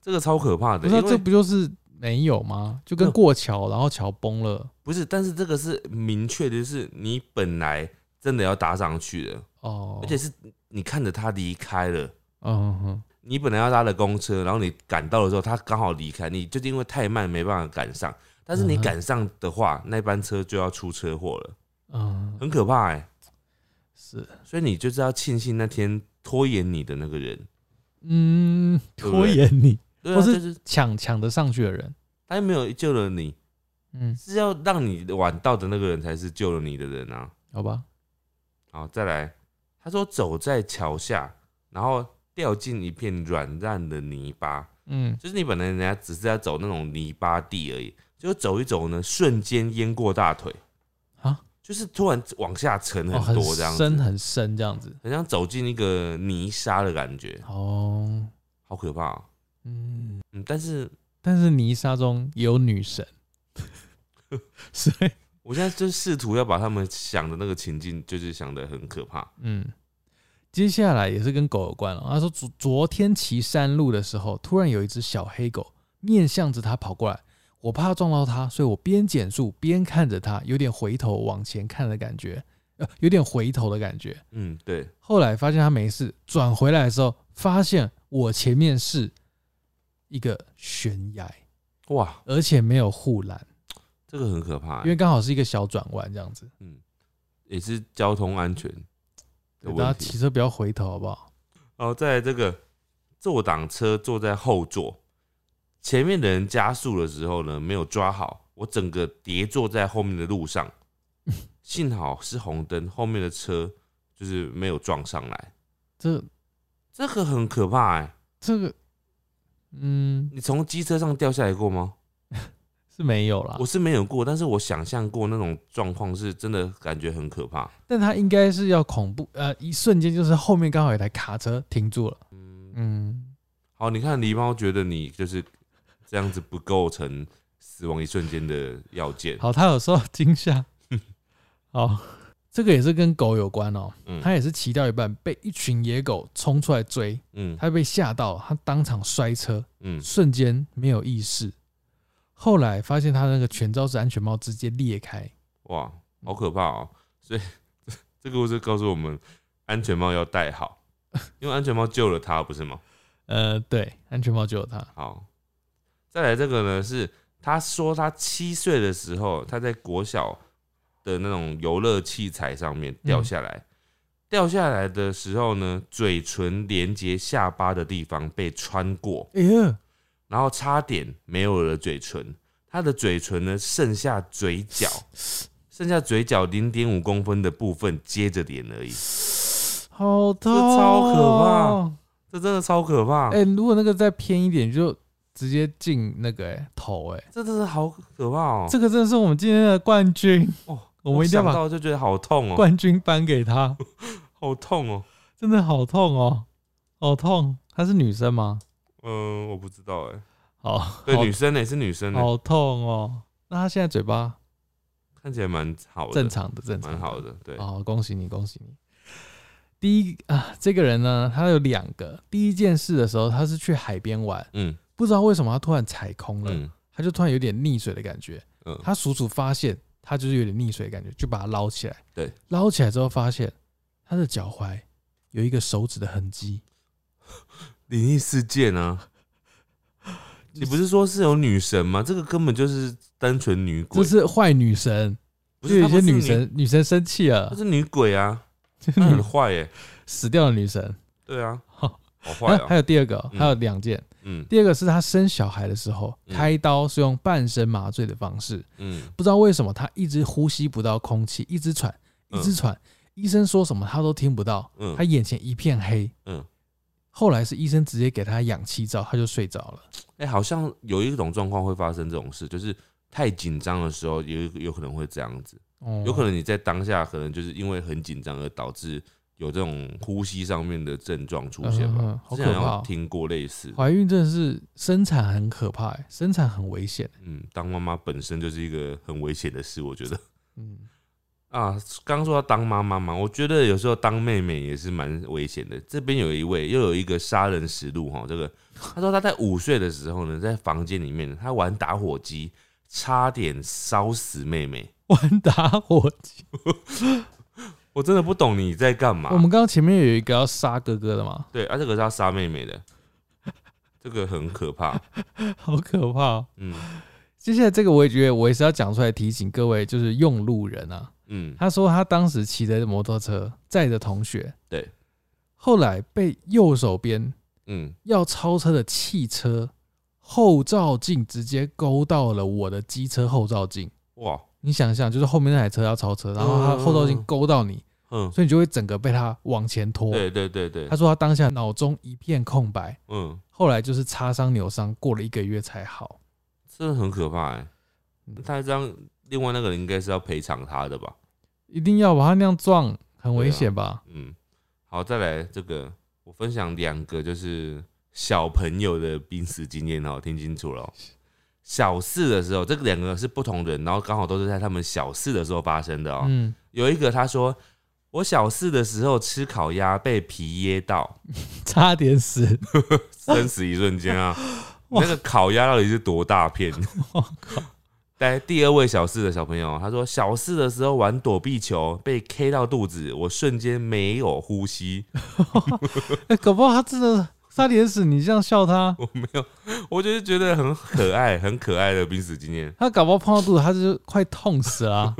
B: 这个超可怕
A: 不
B: 的，
A: 知道
B: 因
A: 这
B: 为嗯
A: 不就是没有吗？就跟
B: 那
A: 过桥，然后桥崩了。
B: 不是，但是这个是明确的，就是你本来真的要搭上去的，
A: 哦，
B: 而且是你看着他离开了。
A: 嗯哼哼，
B: 你本来要搭的公车，然后你赶到的时候，他刚好离开，你就是因为太慢没办法赶上。但是你
A: 嗯哼
B: 赶上的话，那班车就要出车祸了，
A: 嗯，
B: 很可怕哎、
A: 是，
B: 所以你就是要庆幸那天拖延你的那个人，
A: 嗯，
B: 对不
A: 拖
B: 对
A: 延你
B: 对
A: 或
B: 啊，
A: 是
B: 就是
A: 抢抢得上去的人，
B: 他又没有救了你，
A: 嗯，
B: 是要让你晚到的那个人才是救了你的人啊。
A: 好吧，
B: 好，再来，他说走在桥下，然后掉进一片软烂的泥巴，
A: 嗯，
B: 就是你本来人家只是在走那种泥巴地而已，就走一走呢，瞬间淹过大腿
A: 啊，
B: 就是突然往下沉
A: 哦，很
B: 很多这样子，
A: 深很深这样子，
B: 很像走进一个泥沙的感觉，
A: 哦，
B: 好可怕、哦。
A: 嗯，
B: 嗯，但是
A: 但是泥沙中有女神， 所以，
B: 我现在就试图要把他们想的那个情境，就是想的很可怕。
A: 嗯。接下来也是跟狗有关了。他说昨昨天骑山路的时候，突然有一只小黑狗面向着他跑过来，我怕撞到它，所以我边减速边看着它，有点回头往前看的感觉，呃，有点回头的感觉。
B: 嗯，对，
A: 后来发现他没事，转回来的时候发现我前面是一个悬崖，
B: 哇，
A: 而且没有护栏，
B: 这个很可怕、欸
A: 因为刚好是一个小转弯这样子。
B: 也是交通安全的
A: 大家
B: 问题
A: 骑。车不要回头，好不好？
B: 然后再来哦这个坐挡车坐在后座，前面的人加速的时候呢，没有抓好，我整个跌坐在后面的 路上。幸好是红灯，后面的车就是没有撞上来，
A: 这
B: 这个很可怕哎、
A: 这个，嗯，
B: 你从机车上掉下来过吗？
A: 是没有啦
B: 我。是没有过，但是我想象过那种状况是真的感觉很可怕。
A: 但他应该是要恐怖，呃，一瞬间就是后面刚好有台卡车停住了。
B: 嗯，
A: 嗯，
B: 好，你看狸猫觉得你就是这样子不构成死亡一瞬间的要件。
A: 好，他有受到惊吓。好，这个也是跟狗有关哦。
B: 嗯
A: 他也是骑到一半被一群野狗冲出来追，
B: 嗯
A: 他被吓到，他当场摔车，
B: 嗯，
A: 瞬间没有意识。后来发现他那个全罩式安全帽直接裂开，
B: 哇，好可怕哦！所以 这个故事告诉我们，安全帽要戴好，因为安全帽救了他，不是吗？
A: 呃，对，安全帽救了他。
B: 好，再来这个呢，是他说他七岁的时候，他在国小的那种游乐器材上面掉下来，掉下来的时候呢，嘴唇连接下巴的地方被穿过，
A: 哎呀，
B: 然后差点没有了嘴唇，他的嘴唇呢剩下嘴角。剩下嘴角零点五公分的部分接着脸
A: 哎
B: 而已，
A: 好痛、哦
B: 这超可怕！这真的超可怕！
A: 哎、如果那个再偏一点，就直接进那个、哎头、哎，
B: 这真的好可怕哦！
A: 这个真的是我们今天的冠军，
B: 哦，
A: 我们一定要
B: 想
A: 把
B: 到就觉得好痛哦，
A: 冠军颁给他，
B: 好痛哦。
A: 真的好痛哦，好痛！她是女生吗？
B: 嗯，我不知道哎。
A: 好，
B: 对，
A: 好
B: 女生欸呢是女生呢，
A: 好痛哦。那她现在嘴巴
B: 看起来蛮好的，
A: 正，常的，正常
B: 蛮好的。对，
A: 哦，恭喜你，恭喜你。第一啊，这个人呢，他有两个。第一件事的时候，他是去海边玩，
B: 嗯
A: 不知道为什么他突然踩空了，
B: 嗯
A: 他就突然有点溺水的感觉。
B: 嗯，
A: 他叔叔发现他就是有点溺水的感觉，就把他捞起来。
B: 对，
A: 捞起来之后发现他的脚踝有一个手指的痕迹。
B: 灵异事件啊。你不是说是有女神吗？这个根本就是单纯女鬼
A: 这，是坏女神，
B: 不
A: 就是有
B: 她
A: 些
B: 不是
A: 女，神，女神生气
B: 她
A: 了，
B: 是女鬼啊，
A: 就是
B: 她 很
A: 女
B: 坏耶。
A: 死掉的女神。
B: 对啊，
A: 好
B: 好坏
A: 啊还
B: 啊。
A: 有第二个，
B: 嗯
A: 还有两件。
B: 嗯
A: 第二个是他生小孩的时候，
B: 嗯
A: 开刀是用半身麻醉的方式，
B: 嗯
A: 不知道为什么他一直呼吸不到空气，一直喘，一直喘，医生说什么他都听不到，
B: 嗯
A: 他，眼前一片黑。
B: 嗯，
A: 后来是医生直接给他氧气罩，他就睡着了。
B: 哎、好像有一种状况会发生这种事，就是太紧张的时候，有有可能会这样子。
A: 哦
B: 有可能你在当下可能就是因为很紧张而导致有这种呼吸上面的症状出现
A: 嗯嗯嗯
B: 吧？
A: 好
B: 之
A: 可
B: 前好
A: 怕哦
B: 像听过类似，
A: 怀孕真的是生产很可怕、欸，生产很危险、
B: 嗯，当妈妈本身就是一个很危险的事，我觉得
A: 嗯，
B: 啊，刚刚说到当妈妈嘛，我觉得有时候当妹妹也是蛮危险的。这边有一位又有一个杀人实录哈，这个他说他在五岁的时候呢，在房间里面他玩打火机，差点烧死妹妹。
A: 玩打火机。
B: 我真的不懂你在干嘛
A: 我。们刚刚前面有一个要杀哥哥的嘛，
B: 对，啊，这个是要杀妹妹的，这个很可怕。
A: 好可怕哦、
B: 嗯
A: 接下来这个我也觉得我也是要讲出来提醒各位，就是用路人啊，
B: 嗯，
A: 他说他当时骑着摩托车载着同学，
B: 对，
A: 后来被右手边
B: 嗯，
A: 要超车的汽车后照镜直接勾到了我的机车后照镜。
B: 哇，
A: 你想象，就是后面那台车要超车，然后
B: 嗯
A: 他后照镜勾到你，
B: 嗯，
A: 所以你就会整个被他往前拖。
B: 对对对对
A: 他，说他当下脑中一片空白，
B: 嗯，
A: 后来就是擦伤扭伤，过了一个月才好。
B: 真的很可怕哎
A: 嗯。
B: 他这样，另外那个人应该是要赔偿他的吧？
A: 一定要把他那样撞，很危险吧？
B: 嗯，好，再来这个，我分享两个就是小朋友的濒死经验哦，听清楚了哦。小四的时候，这个两个是不同人，然后刚好都是在他们小四的时候发生的哦。
A: 嗯，
B: 有一个他说，我小四的时候吃烤鸭被皮噎到，
A: 差点死，
B: 生死一瞬间啊！
A: 哇
B: 那个烤鸭到底是多大 片？来，第二位小四的小朋友，他说小四的时候玩躲避球被 K 到肚子，我瞬间没有呼吸。
A: 哎、搞不好他真的。差点死，你这样笑 他，
B: 我就是觉得很可爱，很可爱的濒死经验。
A: 他搞不好碰到肚子，他就快痛死了啊、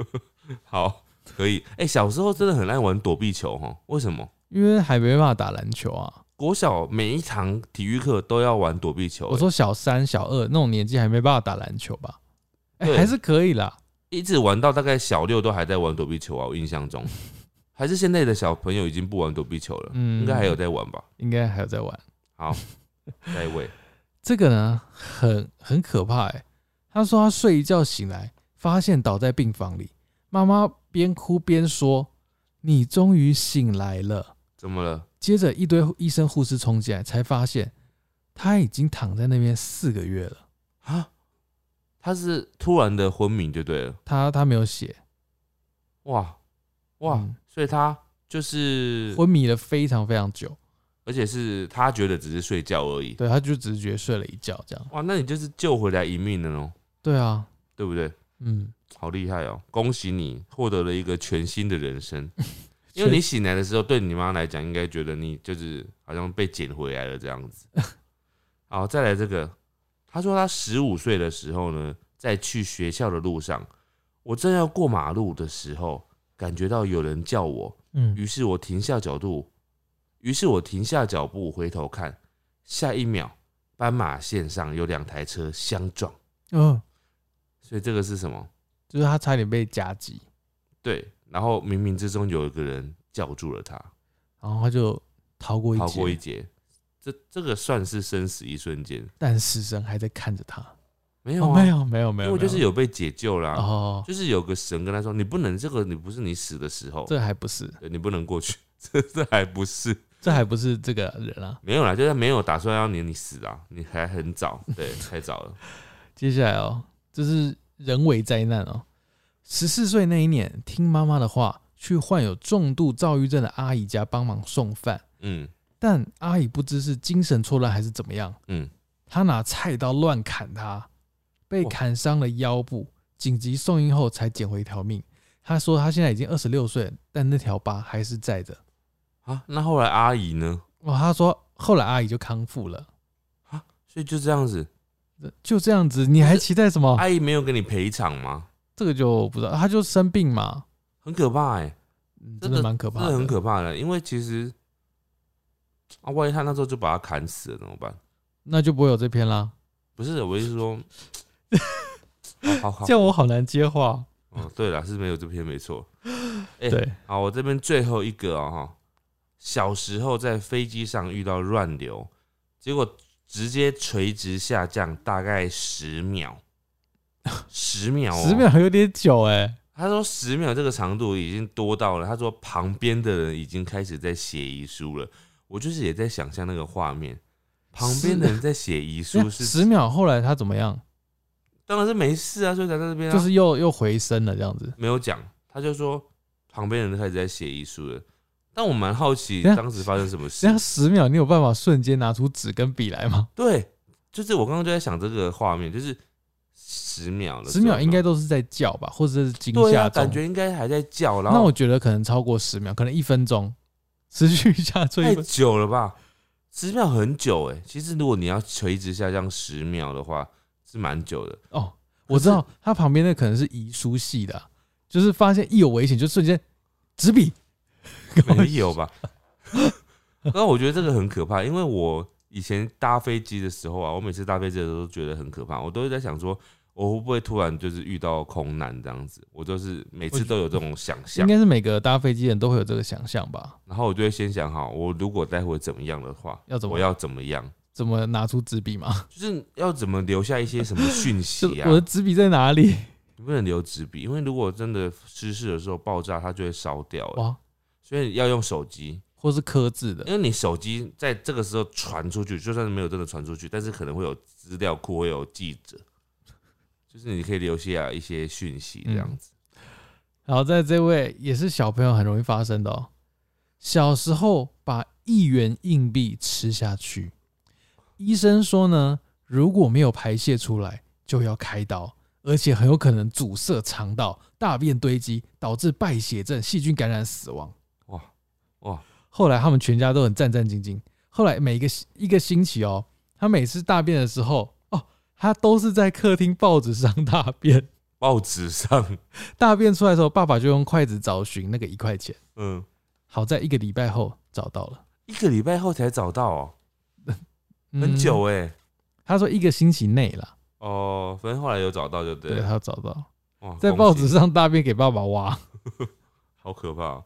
B: 好，可以。哎、小时候真的很爱玩躲避球哈，为什么？
A: 因为还没办法打篮球啊。
B: 国小每一堂体育课都要玩躲避球、
A: 我
B: 哎
A: 说小三、小二那种年纪还没办法打篮球吧？哎、
B: 对
A: 还是可以啦。
B: 一直玩到大概小六都还在玩躲避球啊，我印象中， 还是现在的小朋友已经不玩躲避球了，
A: 嗯
B: 应该还有在玩吧？
A: 应该还有在玩。
B: 好，下一位，
A: 这个呢，很很可怕哎、他说他睡一觉醒来，发现倒在病房里，妈妈边哭边说：“你终于醒来了。
B: 怎么了？”
A: 接着一堆医生护士冲进来，才发现他已经躺在那边四个月了。
B: 啊？他是突然的昏迷就对了，
A: 他他没有写，
B: 哇哇，
A: 嗯
B: 所以他就是，
A: 昏迷了非常非常久。
B: 而且是他觉得只是睡觉而已，
A: 对，他就只是觉得睡了一觉这样。
B: 哇，那你就是救回来一命了哦，
A: 对啊，
B: 对不对？
A: 嗯，
B: 好厉害哦，恭喜你获得了一个全新的人生。因为你醒来的时候，对你妈来讲，应该觉得你就是好像被捡回来了这样子。 好，再来这个，他说他十五岁的时候呢，在去学校的路上，我正要过马路的时候，感觉到有人叫我，
A: 嗯，
B: 于是我停下角度，于是我停下脚步回头看，下一秒，斑马线上有两台车相撞，
A: 哦，
B: 所以这个是什么？
A: 就是他差点被夹击，
B: 对，然后冥冥之中有一个人叫住了他，
A: 然后他就逃过一
B: 逃过一
A: 劫，
B: 劫。这这个算是生死一瞬间，
A: 但死神还在看着他。
B: 没有
A: 哦，
B: 啊，
A: 没有，没有，没
B: 因
A: 有，
B: 为就是
A: 没有
B: 有被解救啦、
A: 哦，
B: 就是有个神跟他说，你不能这个，你不是你死的时候，
A: 这还不是，
B: 对你不能过去， 这这还不是
A: 这还不是这个人啊。
B: 没有啦，就是没有打算要你你死啊，你还很早， 对，太早了，
A: 接下来哦，这是人为灾难哦。十四岁那一年，听妈妈的话，去患有重度躁郁症的阿姨家帮忙送饭，
B: 嗯
A: 但阿姨不知是精神错乱还是怎么样，
B: 嗯，
A: 她拿菜刀乱砍他，被
B: 哇
A: 砍伤了腰部，紧急送医后才捡回一条命。她说她现在已经二十六岁了，但那条疤还是在的。
B: 啊，那后来阿姨呢？
A: 哇，她说后来阿姨就康复了，
B: 所以就这样子，
A: 就这样子，你还期待什么？
B: 阿姨没有给你赔偿吗？
A: 这个就不知道，他就生病嘛，
B: 很可怕哎、
A: 嗯
B: 这
A: 真
B: 个
A: 的蛮可怕
B: 这
A: 的，
B: 很可怕的，因为其实啊，万一他那时候就把他砍死了怎么办？
A: 那就不会有这篇啦。
B: 不是，我意思 是说，好好好
A: 这，样我好难接话。
B: 哦，对了，是没有这篇没错。哎
A: 对，
B: 好，我这边最后一个哦，哈小时候在飞机上遇到乱流，结果直接垂直下降大概十秒，十秒、哦，
A: 十。秒有点久哎、
B: 他说十秒这个长度已经多到了，他说旁边的人已经开始在写遗书了。我就是也在想象那个画面，旁边的人在写遗
A: 那
B: 书是
A: 十，秒后来他怎么样？
B: 当然是没事啊，所以才在这边、啊。
A: 就是又又回升了这样子。
B: 没有讲，他就说旁边人都开始在写遗书了。但我蛮好奇
A: 等一下
B: 当时发生什么事
A: 这。样十秒你有办法瞬间拿出纸跟笔来吗？
B: 对，就是我刚刚就在想这个画面，就是十秒了，
A: 十秒应该都是在叫吧，或者是惊
B: 对啊，
A: 吓中。
B: 感觉应该还在叫，然
A: 那我
B: 后
A: 觉得可能超过十秒，可能一分钟，持续下坠
B: 太
A: 一分。
B: 久了吧？十秒很久哎、其实如果你要垂直下降十秒的话，是蛮久 的。
A: 哦，我知道他旁边那可能是遗书系的啊、就是发现一有危险就瞬间纸笔。
B: 没有吧？那我觉得这个很可怕，因为我以前搭飞机的时候啊，我每次搭飞机的时候都觉得很可怕，我都会在想说，我会不会突然就是遇到空难这样子？我就是每次都有这种想
A: 应
B: 象，
A: 该是每个搭飞机的人都会有这个想象吧？
B: 然后我就会先想好，我如果待会怎么样的话，
A: 要怎么
B: 我要怎么样，
A: 怎么拿出纸笔嘛？
B: 就是要怎么留下一些什么 讯
A: 就
B: 息啊
A: 我？的纸笔在哪里？
B: 你不能留纸笔，因为如果真的失事的时候爆炸，它就会烧掉欸，
A: 哇，
B: 所以要用手机。
A: 或是刻字的
B: 因为你手机在这个时候传出去，就算是没有真的传出去，但是可能会有资料库，会有记者，就是你可以留下一些讯息这
A: 嗯
B: 样子。
A: 然后在这位也是小朋友很容易发生的哦，小时候把一元硬币吃下去，医生说呢，如果没有排泄出来就要开刀，而且很有可能阻塞肠道，大便堆积导致败血症、细菌感染死亡。
B: 哇哇，
A: 后来他们全家都很战战兢兢，后来每个一个星期哦，他每次大便的时候哦，他都是在客厅报纸上大便。
B: 报纸上，
A: 大便出来的时候，爸爸就用筷子找寻那个一块钱。
B: 嗯，
A: 好在一个礼拜后找到了，
B: 一个礼拜后才找到哦、
A: 嗯
B: 很久哎、
A: 他说一个星期内啦，
B: 哦，反正后来有找到就对
A: 对
B: 了。
A: 他找到，
B: 哇
A: 在
B: 恭
A: 报
B: 喜
A: 纸上大便给爸爸挖。
B: 好可怕哦、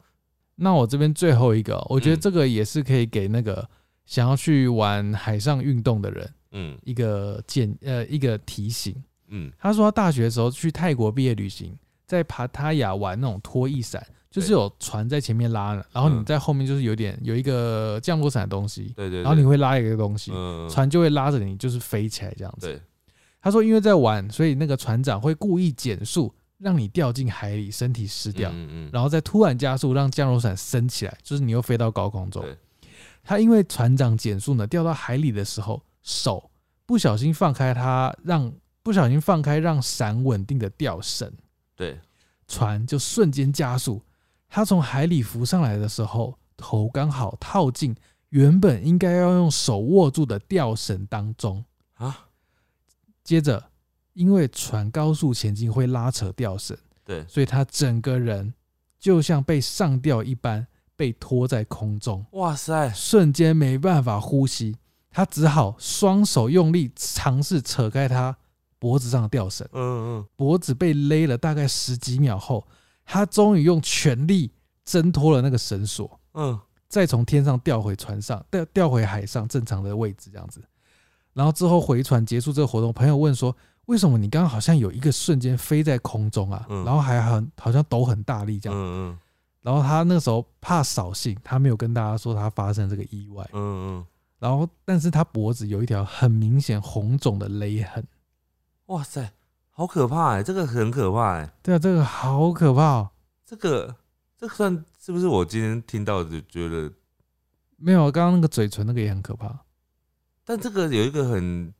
A: 那我这边最后一个哦，我觉得
B: 嗯
A: 这个也是可以给那个想要去玩海上运动的人
B: 嗯
A: 一个建呃一个提醒。
B: 嗯，
A: 他说他大学的时候去泰国毕业旅行，在帕塔亚玩那种拖翼伞，就是
B: 对
A: 有船在前面拉呢，然后你
B: 嗯
A: 在后面就是有点有一个降落伞的东西，
B: 对对对。
A: 然后你会拉一个东西，
B: 嗯，
A: 船就会拉着你就是飞起来这样子。
B: 对，
A: 他说因为在玩，所以那个船长会故意减速，让你掉进海里，身体湿掉，
B: 嗯嗯嗯，
A: 然后再突然加速，让降落伞升起来，就是你又飞到高空中
B: 对。
A: 他因为船长减速呢，掉到海里的时候，手不小心放开他，让不小心放开让伞稳定的吊绳，
B: 对，
A: 船就瞬间加速。他从海里浮上来的时候，头刚好套进原本应该要用手握住的吊绳当中。
B: 啊，
A: 接着，因为船高速前进会拉扯吊绳，
B: 对，
A: 所以他整个人就像被上吊一般被拖在空中，
B: 哇塞，
A: 瞬间没办法呼吸，他只好双手用力尝试扯开他脖子上的吊绳，
B: 嗯嗯，
A: 脖子被勒了大概十几秒后，他终于用全力挣脱了那个绳索，
B: 嗯，
A: 再从天上掉回船上，掉掉回海上正常的位置这样子。然后之后回船结束这个活动，朋友问说：“为什么你刚刚好像有一个瞬间飞在空中啊？
B: 嗯
A: 然后还很好像抖很大力这样。
B: 嗯嗯
A: 然后他那时候怕扫兴，他没有跟大家说他发生这个意外。
B: 嗯嗯，
A: 然后，但是他脖子有一条很明显红肿的勒痕。
B: 哇塞，好可怕哎、这个很可怕哎、
A: 对啊，这个好可怕、哦。
B: 这个这个算是不是我今天听到的？觉得，
A: 没有，刚刚那个嘴唇那个也很可怕。
B: 但这个有一个很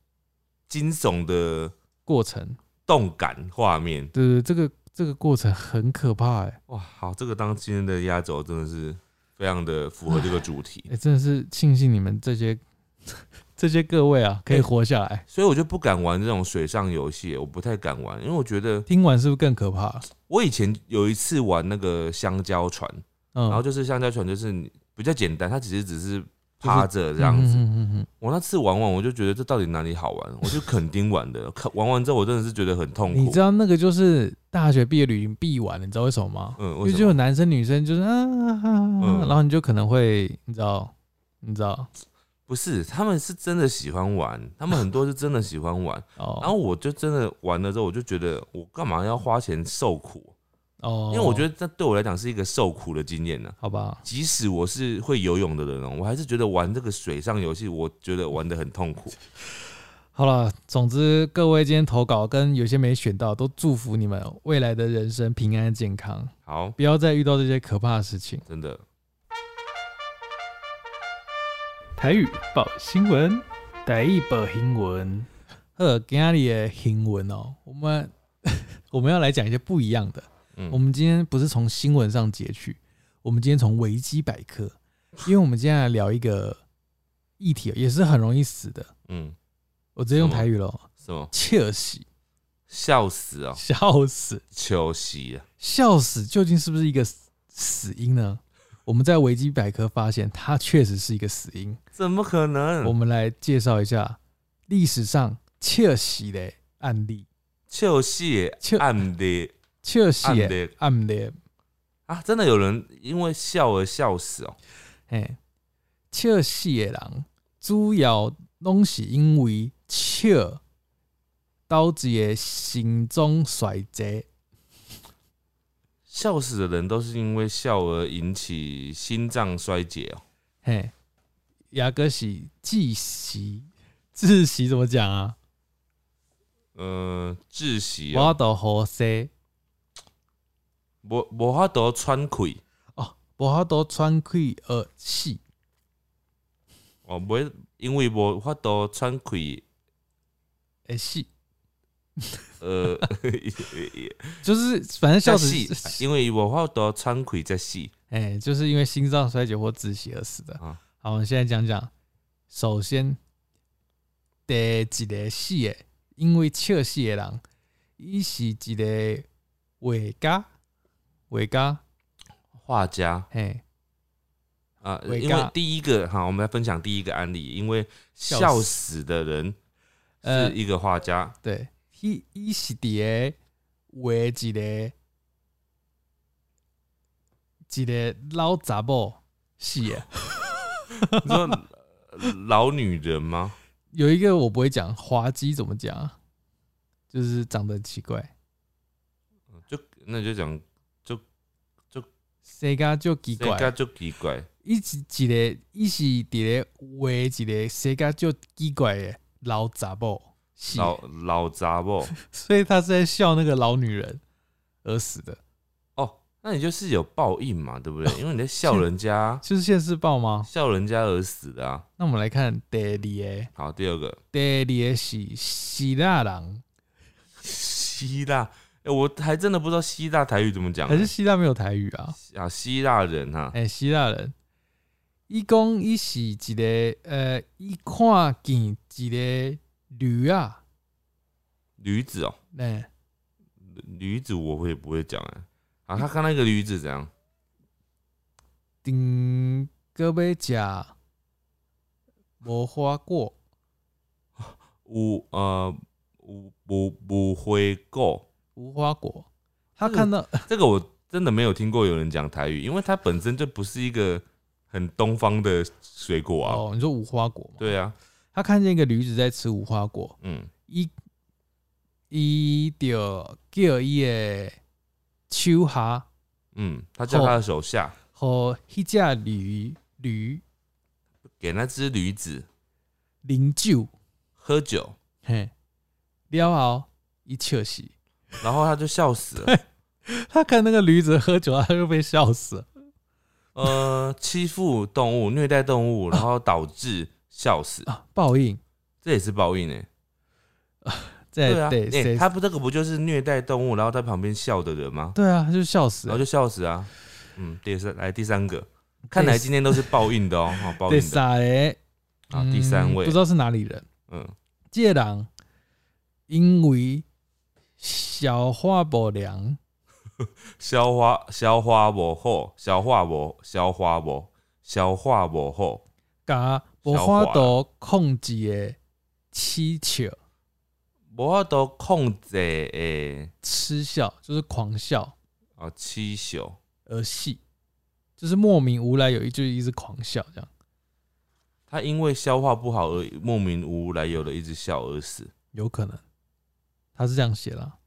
B: 惊悚的
A: 过程，
B: 动感画面，
A: 对对，这个这个过程很可怕哎、
B: 哇，好，这个当今天的压轴真的是非常的符合这个主题
A: 哎、，真的是庆幸你们这些 这些各位啊，可以
B: 哎
A: 活下来。
B: 所以我就不敢玩这种水上游戏，我不太敢玩，因为我觉得
A: 听完是不是更可怕？
B: 我以前有一次玩那个香蕉船，
A: 嗯，
B: 然后就是香蕉船就是你比较简单，它其实只是趴着这样
A: 嗯
B: 子。
A: 嗯嗯嗯
B: 我那次玩完，我就觉得这到底哪里 好玩？我去垦丁玩的，看玩完之后我真的是觉得很痛
A: 嗯，你
B: 苦
A: 知。道那个就是大学毕业旅行必玩的，你知道为什么吗？
B: 嗯，
A: 因
B: 为
A: 为
B: 什
A: 就
B: 么
A: 有男生女生就是啊啊啊啊啊
B: 嗯
A: 然后你就可能会，你知道，你知道
B: 不是？他们是真的喜欢玩，他们很多是真的喜欢玩。
A: 哦，
B: 然后我就真的玩了之后，我就觉得我干嘛要花钱受苦？
A: 哦，
B: 因为我觉得这对我来讲是一个受苦的经验呢、啊
A: 好吧，
B: 即使我是会游泳的人哦，我还是觉得玩这个水上游戏，我觉得玩的很 痛苦。
A: 好了，总之各位今天投稿跟有些没选到，都祝福你们未来的人生平安健康，
B: 好，
A: 不要再遇到这些可怕的事情。
B: 真的，
A: 台语报新闻，台语报新闻。呃，今天的新闻哦，我们 我们要来讲一些不一样的。
B: 嗯，
A: 我们今天不是从新闻上截取，我们今天从维基百科，因为我们今天来聊一个议题，哦也是很容易死的。
B: 嗯，
A: 我直接用
B: 什么
A: 台语了，
B: 什么
A: 切死，
B: 笑死哦，
A: 笑死，
B: 糗死啊，
A: 笑死，究竟是不是一个死死因呢？我们在维基百科发现，它确实是一个死因。
B: 怎么可能？
A: 我们来介绍一下历史上切死的案例，
B: 糗戏
A: 笑
B: 暗的
A: 切死
B: 暗
A: 的
B: 的
A: 案例，
B: 啊，真的有人因为笑而笑死哦，
A: 嘿，切死的人主要拢是因为切导致的心脏衰竭，
B: 笑死的人都是因为笑而引起心脏衰竭哦，
A: 嘿，也个是窒息，窒息怎么讲啊？
B: 呃，窒息
A: 我
B: 哦，
A: 到呼吸。
B: 无无法度喘气
A: 哦，无法度喘气而死。
B: 哦，袂因为无法度喘气，
A: 而死，
B: 呃，
A: 就是反正笑
B: 才
A: 死
B: 死，，因为无法度喘气才死
A: 哎、就是因为心脏衰竭或窒息而死的。
B: 啊，
A: 好，我们现在讲讲首先第一个死的，因为笑死的人，伊是一个画家，画家，
B: 画家
A: 嘿，
B: 啊、
A: 伟
B: 因
A: 嘎
B: 为第一个哈，我们来分享第一个案例，因为
A: 笑
B: 笑死的人
A: 呃
B: 是一个画家，
A: 对，伊伊是伫个画一个一个老查某死的。
B: 你说呃老女人吗？
A: 有一个我不会讲，滑稽怎么讲啊？就是长得很奇怪，
B: 就那就讲
A: 谁家就奇
B: 这个
A: 怪，
B: 就奇怪，
A: 伊是一个伊是伫咧画一个谁家就奇怪的老杂某死的，
B: 老老杂不？
A: 所以他是在笑那个老女人而死的，
B: 哦，那你就是有报应嘛，对不对？因为你在笑人家，
A: 就是现世报吗？
B: 笑人家而死的啊。
A: 那我们来看第二个，
B: 好，第二个
A: 第二个是希腊人，
B: 希腊，哎、我还真的不知道希腊台语怎么讲、
A: 还是哎希腊没有台语啊？
B: 啊，希腊人哈、
A: 诶、希腊人，伊讲伊是一个呃，伊看见一个驴啊，
B: 驴子哦、
A: 诶、
B: 驴子我会不会讲哎、啊，他看那个驴子怎样？
A: 顶个要食无花果，
B: 五呃五五五灰狗，
A: 无花果，他看到、
B: 这个我真的没有听过有人讲台语，因为它本身就不是一个很东方的水果啊。
A: 哦，你说无花果嘛？，
B: 对啊，
A: 他看见一个驴子在吃无花果，
B: 嗯，
A: 伊伊就叫伊的手下
B: 嗯，他叫他的手下
A: 和迄只驴驴
B: 给那只驴子
A: 啉酒，
B: 喝酒，
A: 嘿，了后伊笑死。
B: 然后他就笑死 了。
A: 他看那个驴子喝酒，他就被笑死了。
B: 呃，欺负动物、虐待动物，然后导致笑死，
A: 啊，报应，
B: 这也是报应哎、
A: 在
B: 对啊，
A: 对
B: 哎、
A: 谁？
B: 他不这个不就是虐待动物，然后在旁边笑的人吗？
A: 对啊，他就笑死
B: 然后
A: 了。
B: 就笑死啊。嗯，第三来第三个，看来今天都是报应的哦，哦报
A: 对
B: 应的
A: 傻嘞，
B: 啊，第三
A: 嗯
B: 位
A: 不知，道是哪里人。
B: 嗯，
A: 这个人因为消化不良，
B: 消化消化不好，消化不消化不消化不好，
A: 加无法度控制的七笑
B: 无法度控制诶，
A: 嗤笑，就是狂笑
B: 啊，七宿
A: 而戏，就是莫名无来有一就一直狂笑这样。
B: 他因为消化不好而莫名无来由的一直笑而死，
A: 有可能他是这样写啦。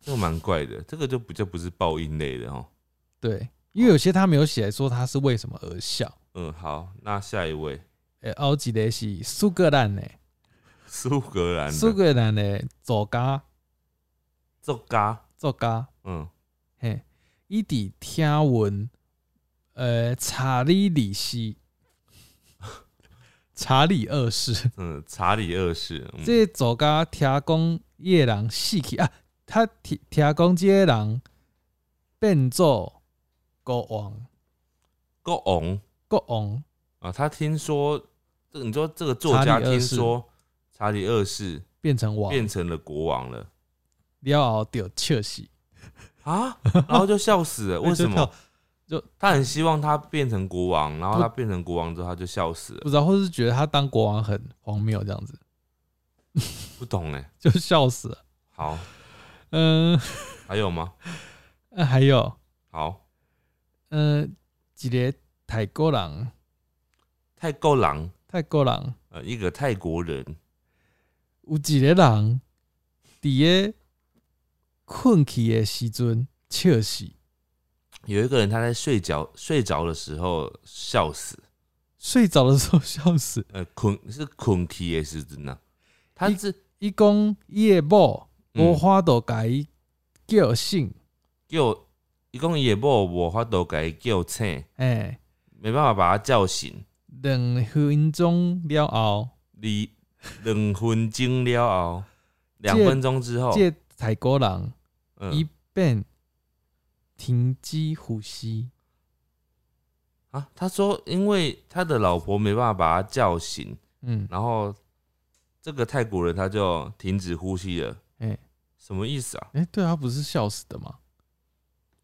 B: 这个蛮怪的，这个就比较不是报应类的哦。
A: 对，因为有些他没有写说他是为什么而笑。
B: 嗯，好，那下一位
A: 诶，后一个是苏格兰的，
B: 苏格兰
A: 苏
B: 的
A: 格兰的作家
B: 作家，
A: 作家，
B: 嗯，
A: 嘿，伊伫听闻，呃，查理里希，查理二世，
B: 嗯，查理二世，嗯、
A: 这个作家听讲伊个人死去啊，他听听讲即个人变做国王，
B: 够红
A: 国王，
B: 啊！他听说这个，你说这个作
A: 查
B: 家
A: 理二
B: 听
A: 世
B: 说查理二世
A: 变成王，
B: 变成了国王了
A: 了后就笑死，
B: 啊，然后就笑死 了。为什么？他很希望他变成国王，然后他变成国王之后他就笑死
A: 不
B: 了，
A: 知道，或是觉得他当国王很荒谬，这样子
B: 不懂哎、
A: 就笑死了。
B: 好，
A: 嗯、
B: 还有吗？
A: 呃，还有，
B: 好，
A: 嗯、一个泰国人，
B: 泰国狼，
A: 泰国人
B: 呃，一个泰国人，
A: 有一个人伫个困去的时阵笑死，
B: 有一个人他在睡觉睡着的时候笑死，
A: 睡着的时候 笑死。
B: 呃，困是困起也是真的，啊他
A: 一
B: 是
A: 伊讲伊的某
B: 嗯
A: 无法度甲伊叫醒，
B: 叫，一共也无无法度给他叫醒，
A: 哎、
B: 没办法把他叫醒。
A: 两分钟了后，
B: 你两分钟了后，两
A: 这
B: 分钟之后，
A: 这个泰国人伊
B: 嗯
A: 变停止呼吸。
B: 啊，他说因为他的老婆没办法把他叫醒，
A: 嗯，
B: 然后这个泰国人他就停止呼吸了，
A: 哎
B: 什么意思啊？
A: 哎、对他不是笑死的吗？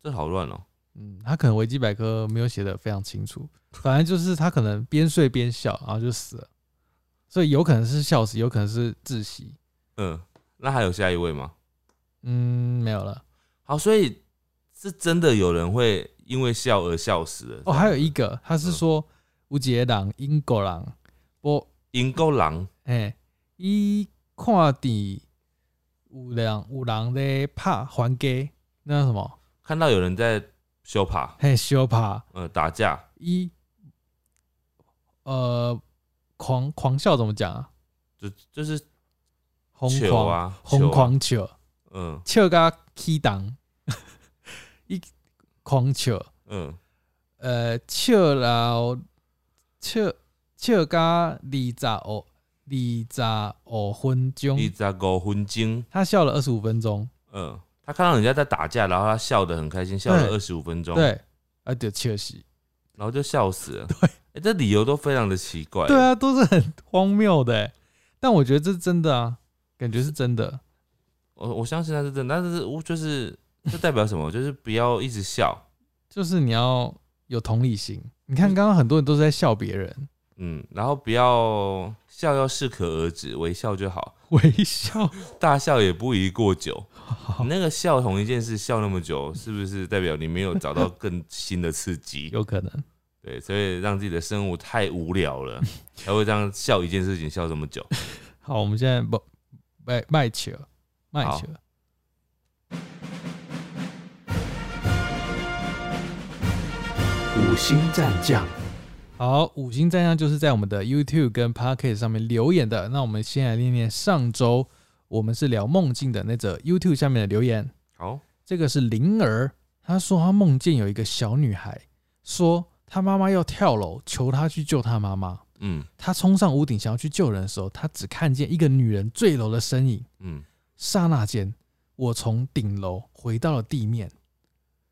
B: 这好乱哦、
A: 嗯，他可能维基百科没有写的非常清楚，反正就是他可能边睡边笑，然后就死了，所以有可能是笑死，有可能是窒息。
B: 嗯，那还有下一位吗？
A: 嗯，没有了。
B: 好，所以是真的有人会因为笑而笑死了。
A: 哦，还有一个，他是说
B: 嗯
A: 吴杰郎、英国郎，我
B: 银钩狼，
A: 哎，伊看底有人有人咧拍还给那叫什么，
B: 看到有人在修爬，
A: 嘿，小拍
B: 呃，打架，
A: 伊呃狂狂笑怎么讲啊？
B: 就就是
A: 疯
B: 球
A: 狂
B: 啊，球
A: 疯
B: 啊，
A: 狂笑。
B: 嗯
A: 笑甲起动， 伊狂笑，
B: 嗯，
A: 呃，笑了笑笑甲二十五二十五分钟
B: 一，扎狗昏精，
A: 他笑了二十五分钟，
B: 嗯，他看到人家在打架，然后他笑得很开心，笑了
A: 对
B: 二十五分钟，，
A: 对，啊，就笑死，
B: 然后就笑死了。对，这理由都非常的奇怪。
A: 对，啊，都是很荒谬的欸，但我觉得这是真的啊，感觉是真的，
B: 我我相信他是真的，但是我就是这代表什么？就是不要一直笑，
A: 就是你要有同理心。你看，刚刚很多人都是在笑别人，
B: 嗯，然后不要笑要适可而止，微笑就好，
A: 微笑，
B: 大笑也不宜过久。你那个笑同一件事笑那么久，是不是代表你没有找到更新的刺激？
A: 有可能，
B: 对，所以让自己的生活太无聊了，才会这样笑一件事情笑这么久。
A: 好，我们现在不卖卖球，卖
B: 好
A: 球。
C: 五星战将，
A: 好，五星战将就是在我们的 YouTube 跟 Pocket 上面留言的。那我们先来念念上周我们是聊梦境的那则 YouTube 下面的留言。
B: 好，
A: 这个是灵儿，她说她梦见有一个小女孩，说她妈妈要跳楼，求她去救她妈妈。
B: 嗯
A: 她冲上屋顶想要去救人的时候，她只看见一个女人坠楼的身影。
B: 嗯，
A: 刹那间，我从顶楼回到了地面，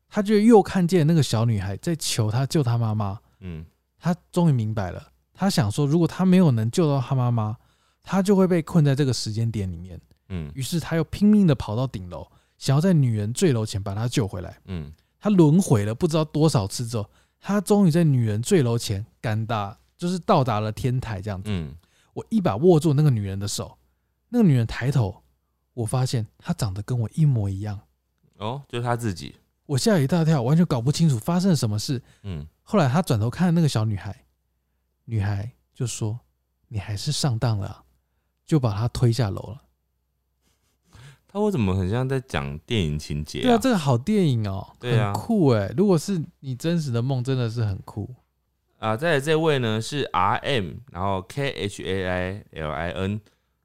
A: 她就又看见那个小女孩在求她救她妈妈。
B: 嗯，
A: 他终于明白了，他想说，如果他没有能救到他妈妈，他就会被困在这个时间点里面。
B: 嗯，
A: 于是他又拼命的跑到顶楼，想要在女人坠楼前把她救回来。
B: 嗯，
A: 他轮回了不知道多少次之后，他终于在女人坠楼前赶达，就是到达了天台这样子。
B: 嗯，
A: 我一把握住那个女人的手，那个女人抬头，我发现她长得跟我一模一样，
B: 哦，就他自己，
A: 我吓一大跳，完全搞不清楚发生了什么事。
B: 嗯，
A: 后来他转头看那个小女孩，女孩就说：“你还是上当了啊、就把她推下楼了。
B: 他为什么很像在讲电影情节、
A: 对啊，这个好电影哦，
B: 对啊
A: 很酷哎！如果是你真实的梦，真的是很酷。
B: 啊，再来这位呢是 R M，然后 K H A I L I N，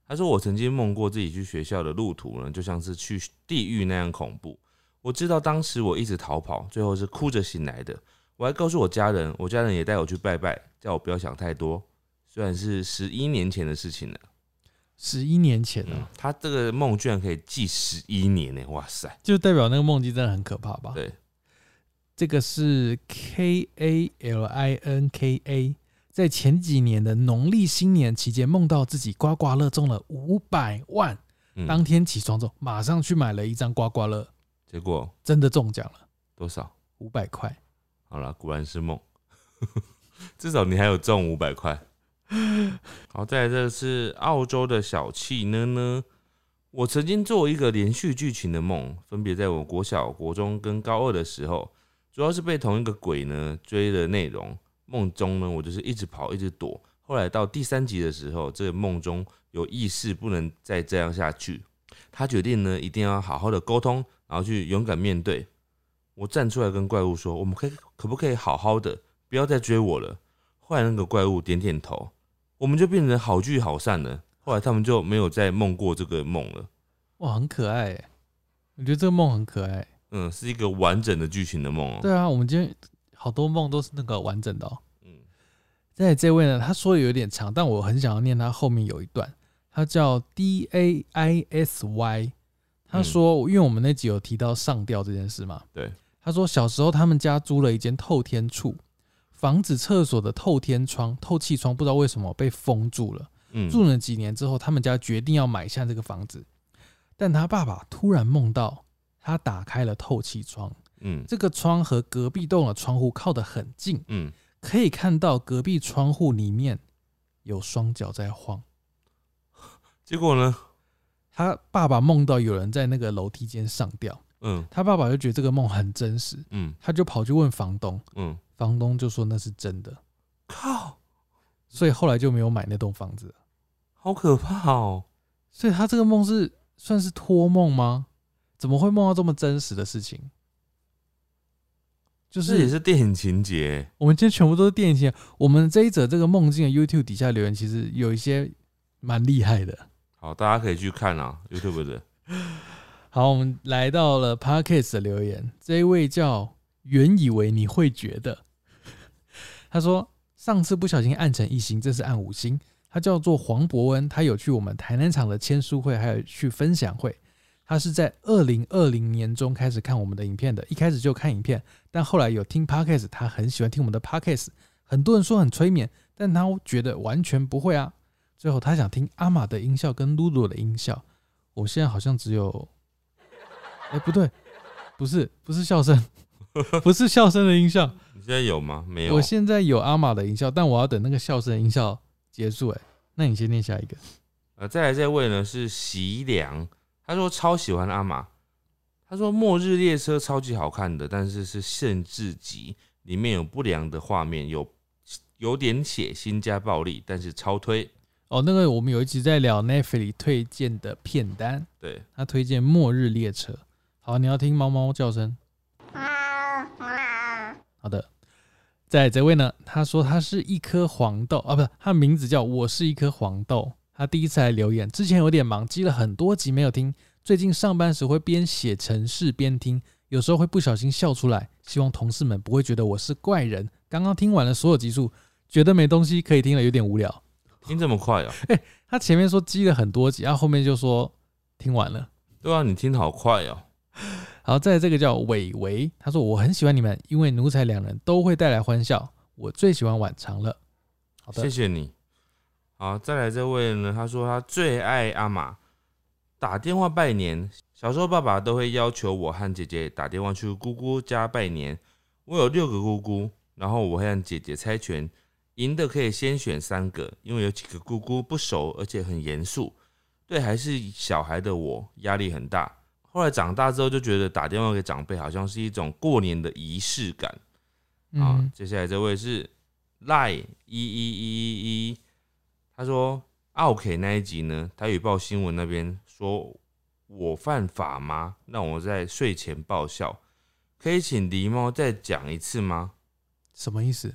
B: 他说我曾经梦过自己去学校的路途呢，就像是去地狱那样恐怖。我知道当时我一直逃跑，最后是哭着醒来的。我还告诉我家人，我家人也带我去拜拜，叫我不要想太多。虽然是十一年前的事情了，
A: 十一年前
B: 嗯
A: 啊，，
B: 他这个梦居然可以记十一年呢、哇塞！
A: 就代表那个梦境真的很可怕吧？
B: 对，
A: 这个是 K A L I N K A，在前几年的农历新年期间，梦到自己刮刮乐中了五百万，
B: 嗯，
A: 当天起床之后，马上去买了一张刮刮乐，
B: 结果
A: 真的中奖了
B: 多少？
A: 五百块。
B: 好了，果然是梦。 至少你还有中五百块。好，再来这个是澳洲的小气呢呢。我曾经做一个连续剧情的梦，分别在我国小、国中跟高二的时候，主要是被同一个鬼呢追的内容。梦中呢，我就是一直跑，一直躲。后来到第三集的时候，这个梦中有意识不能再这样下去，他决定呢一定要好好的沟通，然后去勇敢面对。我站出来跟怪物说：“我们可以可不可以好好的，不要再追我了？”后来那个怪物点点头，我们就变成好聚好散了。后来他们就没有再梦过这个梦了。
A: 哇，很可爱耶！我觉得这个梦很可爱。
B: 嗯，是一个完整的剧情的梦哦、
A: 对啊，我们今天好多梦都是那个完整的哦。
B: 嗯，
A: 在这位呢，他说的有点长，但我很想要念他后面有一段，他叫 D A I S Y。他说，因为我们那集有提到上吊这件事嘛，
B: 嗯对，
A: 他说小时候他们家租了一间透天处，房子厕所的透天窗、透气窗不知道为什么被封住了，
B: 嗯
A: 住了几年之后，他们家决定要买下这个房子，但他爸爸突然梦到他打开了透气窗，
B: 嗯
A: 这个窗和隔壁栋的窗户靠得很近，
B: 嗯，
A: 可以看到隔壁窗户里面有双脚在晃。
B: 结果呢？
A: 他爸爸梦到有人在那个楼梯间上吊，
B: 嗯
A: 他爸爸就觉得这个梦很真实，
B: 嗯
A: 他就跑去问房东，
B: 嗯，
A: 房东就说那是真的，
B: 靠，
A: 所以后来就没有买那栋房子了。
B: 好可怕哦！
A: 所以他这个梦是算是托梦吗？怎么会梦到这么真实的事情？就
B: 这也
A: 是
B: 是电影情节，
A: 我们今天全部都是电影情节我们这一则这个梦境的 YouTube 底下留言，其实有一些蛮厉害的。
B: 好，大家可以去看啊，YouTube 的，
A: 好，我们来到了 Parkes 的留言，这一位叫原以为你会觉得， 他说上次不小心按成一星，这是按五星。他叫做黄伯恩，他有去我们台南场的签书会，还有去分享会。他是在二零二零年中开始看我们的影片的，一开始就看影片，但后来有听 Parkes，他很喜欢听我们的 Parkes。很多人说很催眠，但他觉得完全不会啊。最后他想听阿玛的音效跟露露的音效，我现在好像只有哎、不对，不是，不是笑声， 不是笑声的音效。
B: 你现在有吗？没有
A: 我。现在有阿玛的音效，但我要等那个笑声音效结束、哎，那你先念下一个。
B: 呃，再来这位呢是喜良，他说超喜欢阿玛，他说《末日列车》超级好看的，但是是限制级，里面有不良的画面，有有点血腥加暴力，但是超推。
A: 哦，那个我们有一集在聊 Netflix 推荐的片单，
B: 对，
A: 他推荐《末日列车》。好，你要听猫猫叫声。好的，在这位呢，他说他是一颗黄豆啊，不是，他的名字叫我是一颗黄豆。他第一次来留言，之前有点忙，积了很多集没有听，最近上班时会边写程式边听，有时候会不小心笑出来，希望同事们不会觉得我是怪人。刚刚听完了所有集数，觉得没东西可以听了，有点无聊。
B: 听这么快哦、
A: 他前面说积了很多集，然、后后面就说听完了。
B: 对啊，你听好快哦、
A: 好，再来这个叫伟伟，他说我很喜欢你们，因为奴才两人都会带来欢笑，我最喜欢晚长了。好的，
B: 谢谢你。好，再来这位呢，他说他最爱阿玛，打电话拜年。小时候爸爸都会要求我和姐姐打电话去姑姑家拜年。我有六个姑姑，然后我会和姐姐猜拳，赢的可以先选三个，因为有几个姑姑不熟，而且很严肃。对，还是小孩的我压力很大。后来长大之后就觉得打电话给长辈好像是一种过年的仪式感。啊
A: 嗯，，
B: 接下来这位是赖一一一一一，他说奥 K 那一集呢，台语报新闻那边说我犯法吗？让我在睡前爆笑，可以请狸猫再讲一次吗？
A: 什么意思？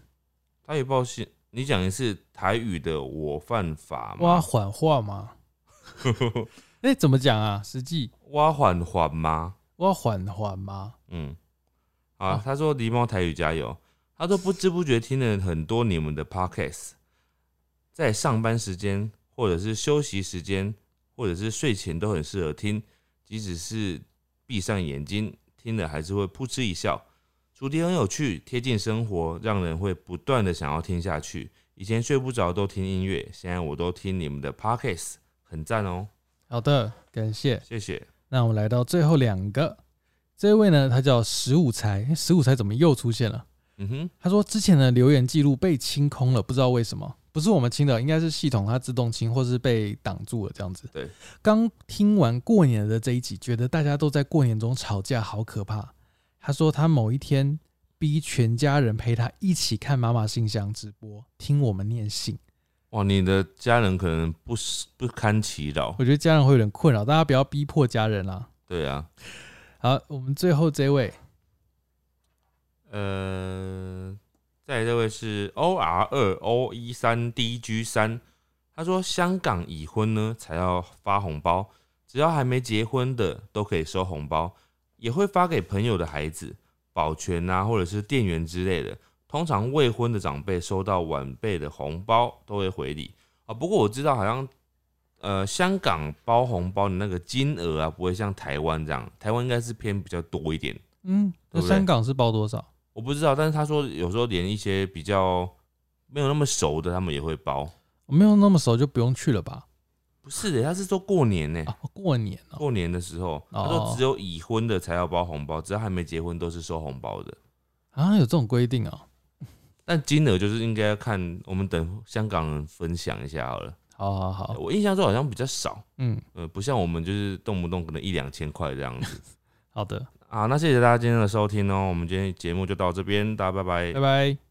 B: 台语报新，你讲一次台语的我犯法
A: 挖
B: 吗？
A: 缓话吗？哎、怎么讲啊？实际
B: 挖缓缓吗？
A: 挖缓缓吗？
B: 嗯，啊
A: 好，
B: 他说狸猫台语加油。他说不知不觉听了很多你们的 podcast，在上班时间或者是休息时间或者是睡前都很适合听，即使是闭上眼睛听了还是会噗嗤一笑。主题很有趣，贴近生活，让人会不断的想要听下去。以前睡不着都听音乐，现在我都听你们的 podcast，很赞哦，
A: 好的，感谢。
B: 谢谢。
A: 那我们来到最后两个，这位呢，他叫十五才，诶十五才怎么又出现了？
B: 嗯哼，
A: 他说之前的留言记录被清空了，不知道为什么，不是我们清的，应该是系统它自动清，或是被挡住了这样子。
B: 对，
A: 刚听完过年的这一集，觉得大家都在过年中吵架，好可怕。他说他某一天逼全家人陪他一起看妈妈信箱直播，听我们念信。
B: 哇，你的家人可能不是不堪其扰。
A: 我觉得家人会有点困扰，大家不要逼迫家人啦。
B: 对啊，
A: 好，我们最后这位
B: 呃，再来这位是 O R 二 O 一三 D G 三，他说香港已婚呢才要发红包，只要还没结婚的都可以收红包，也会发给朋友的孩子、保全啊，或者是店员之类的。通常未婚的长辈收到晚辈的红包都会回礼啊。不过我知道好像。呃，香港包红包的那个金额啊，不会像台湾这样，台湾应该是偏比较多一点。
A: 嗯，那
B: 对不对
A: 香港是包多少？
B: 我不知道，但是他说有时候连一些比较没有那么熟的，他们也会包。
A: 我没有那么熟就不用去了吧？
B: 不是的，他是说过年呢、
A: 啊，过年哦、
B: 过年的时候，他说只有已婚的才要包红包，只要还没结婚都是收红包的。
A: 啊，有这种规定哦、
B: 但金额就是应该要看我们等香港人分享一下好了。
A: 好好好，
B: 我印象中好像比较少，
A: 嗯，
B: 呃，不像我们就是动不动可能一两千块这样子
A: 好的，
B: 啊。那谢谢大家今天的收听哦，我们今天节目就到这边，大家拜拜
A: 拜。拜。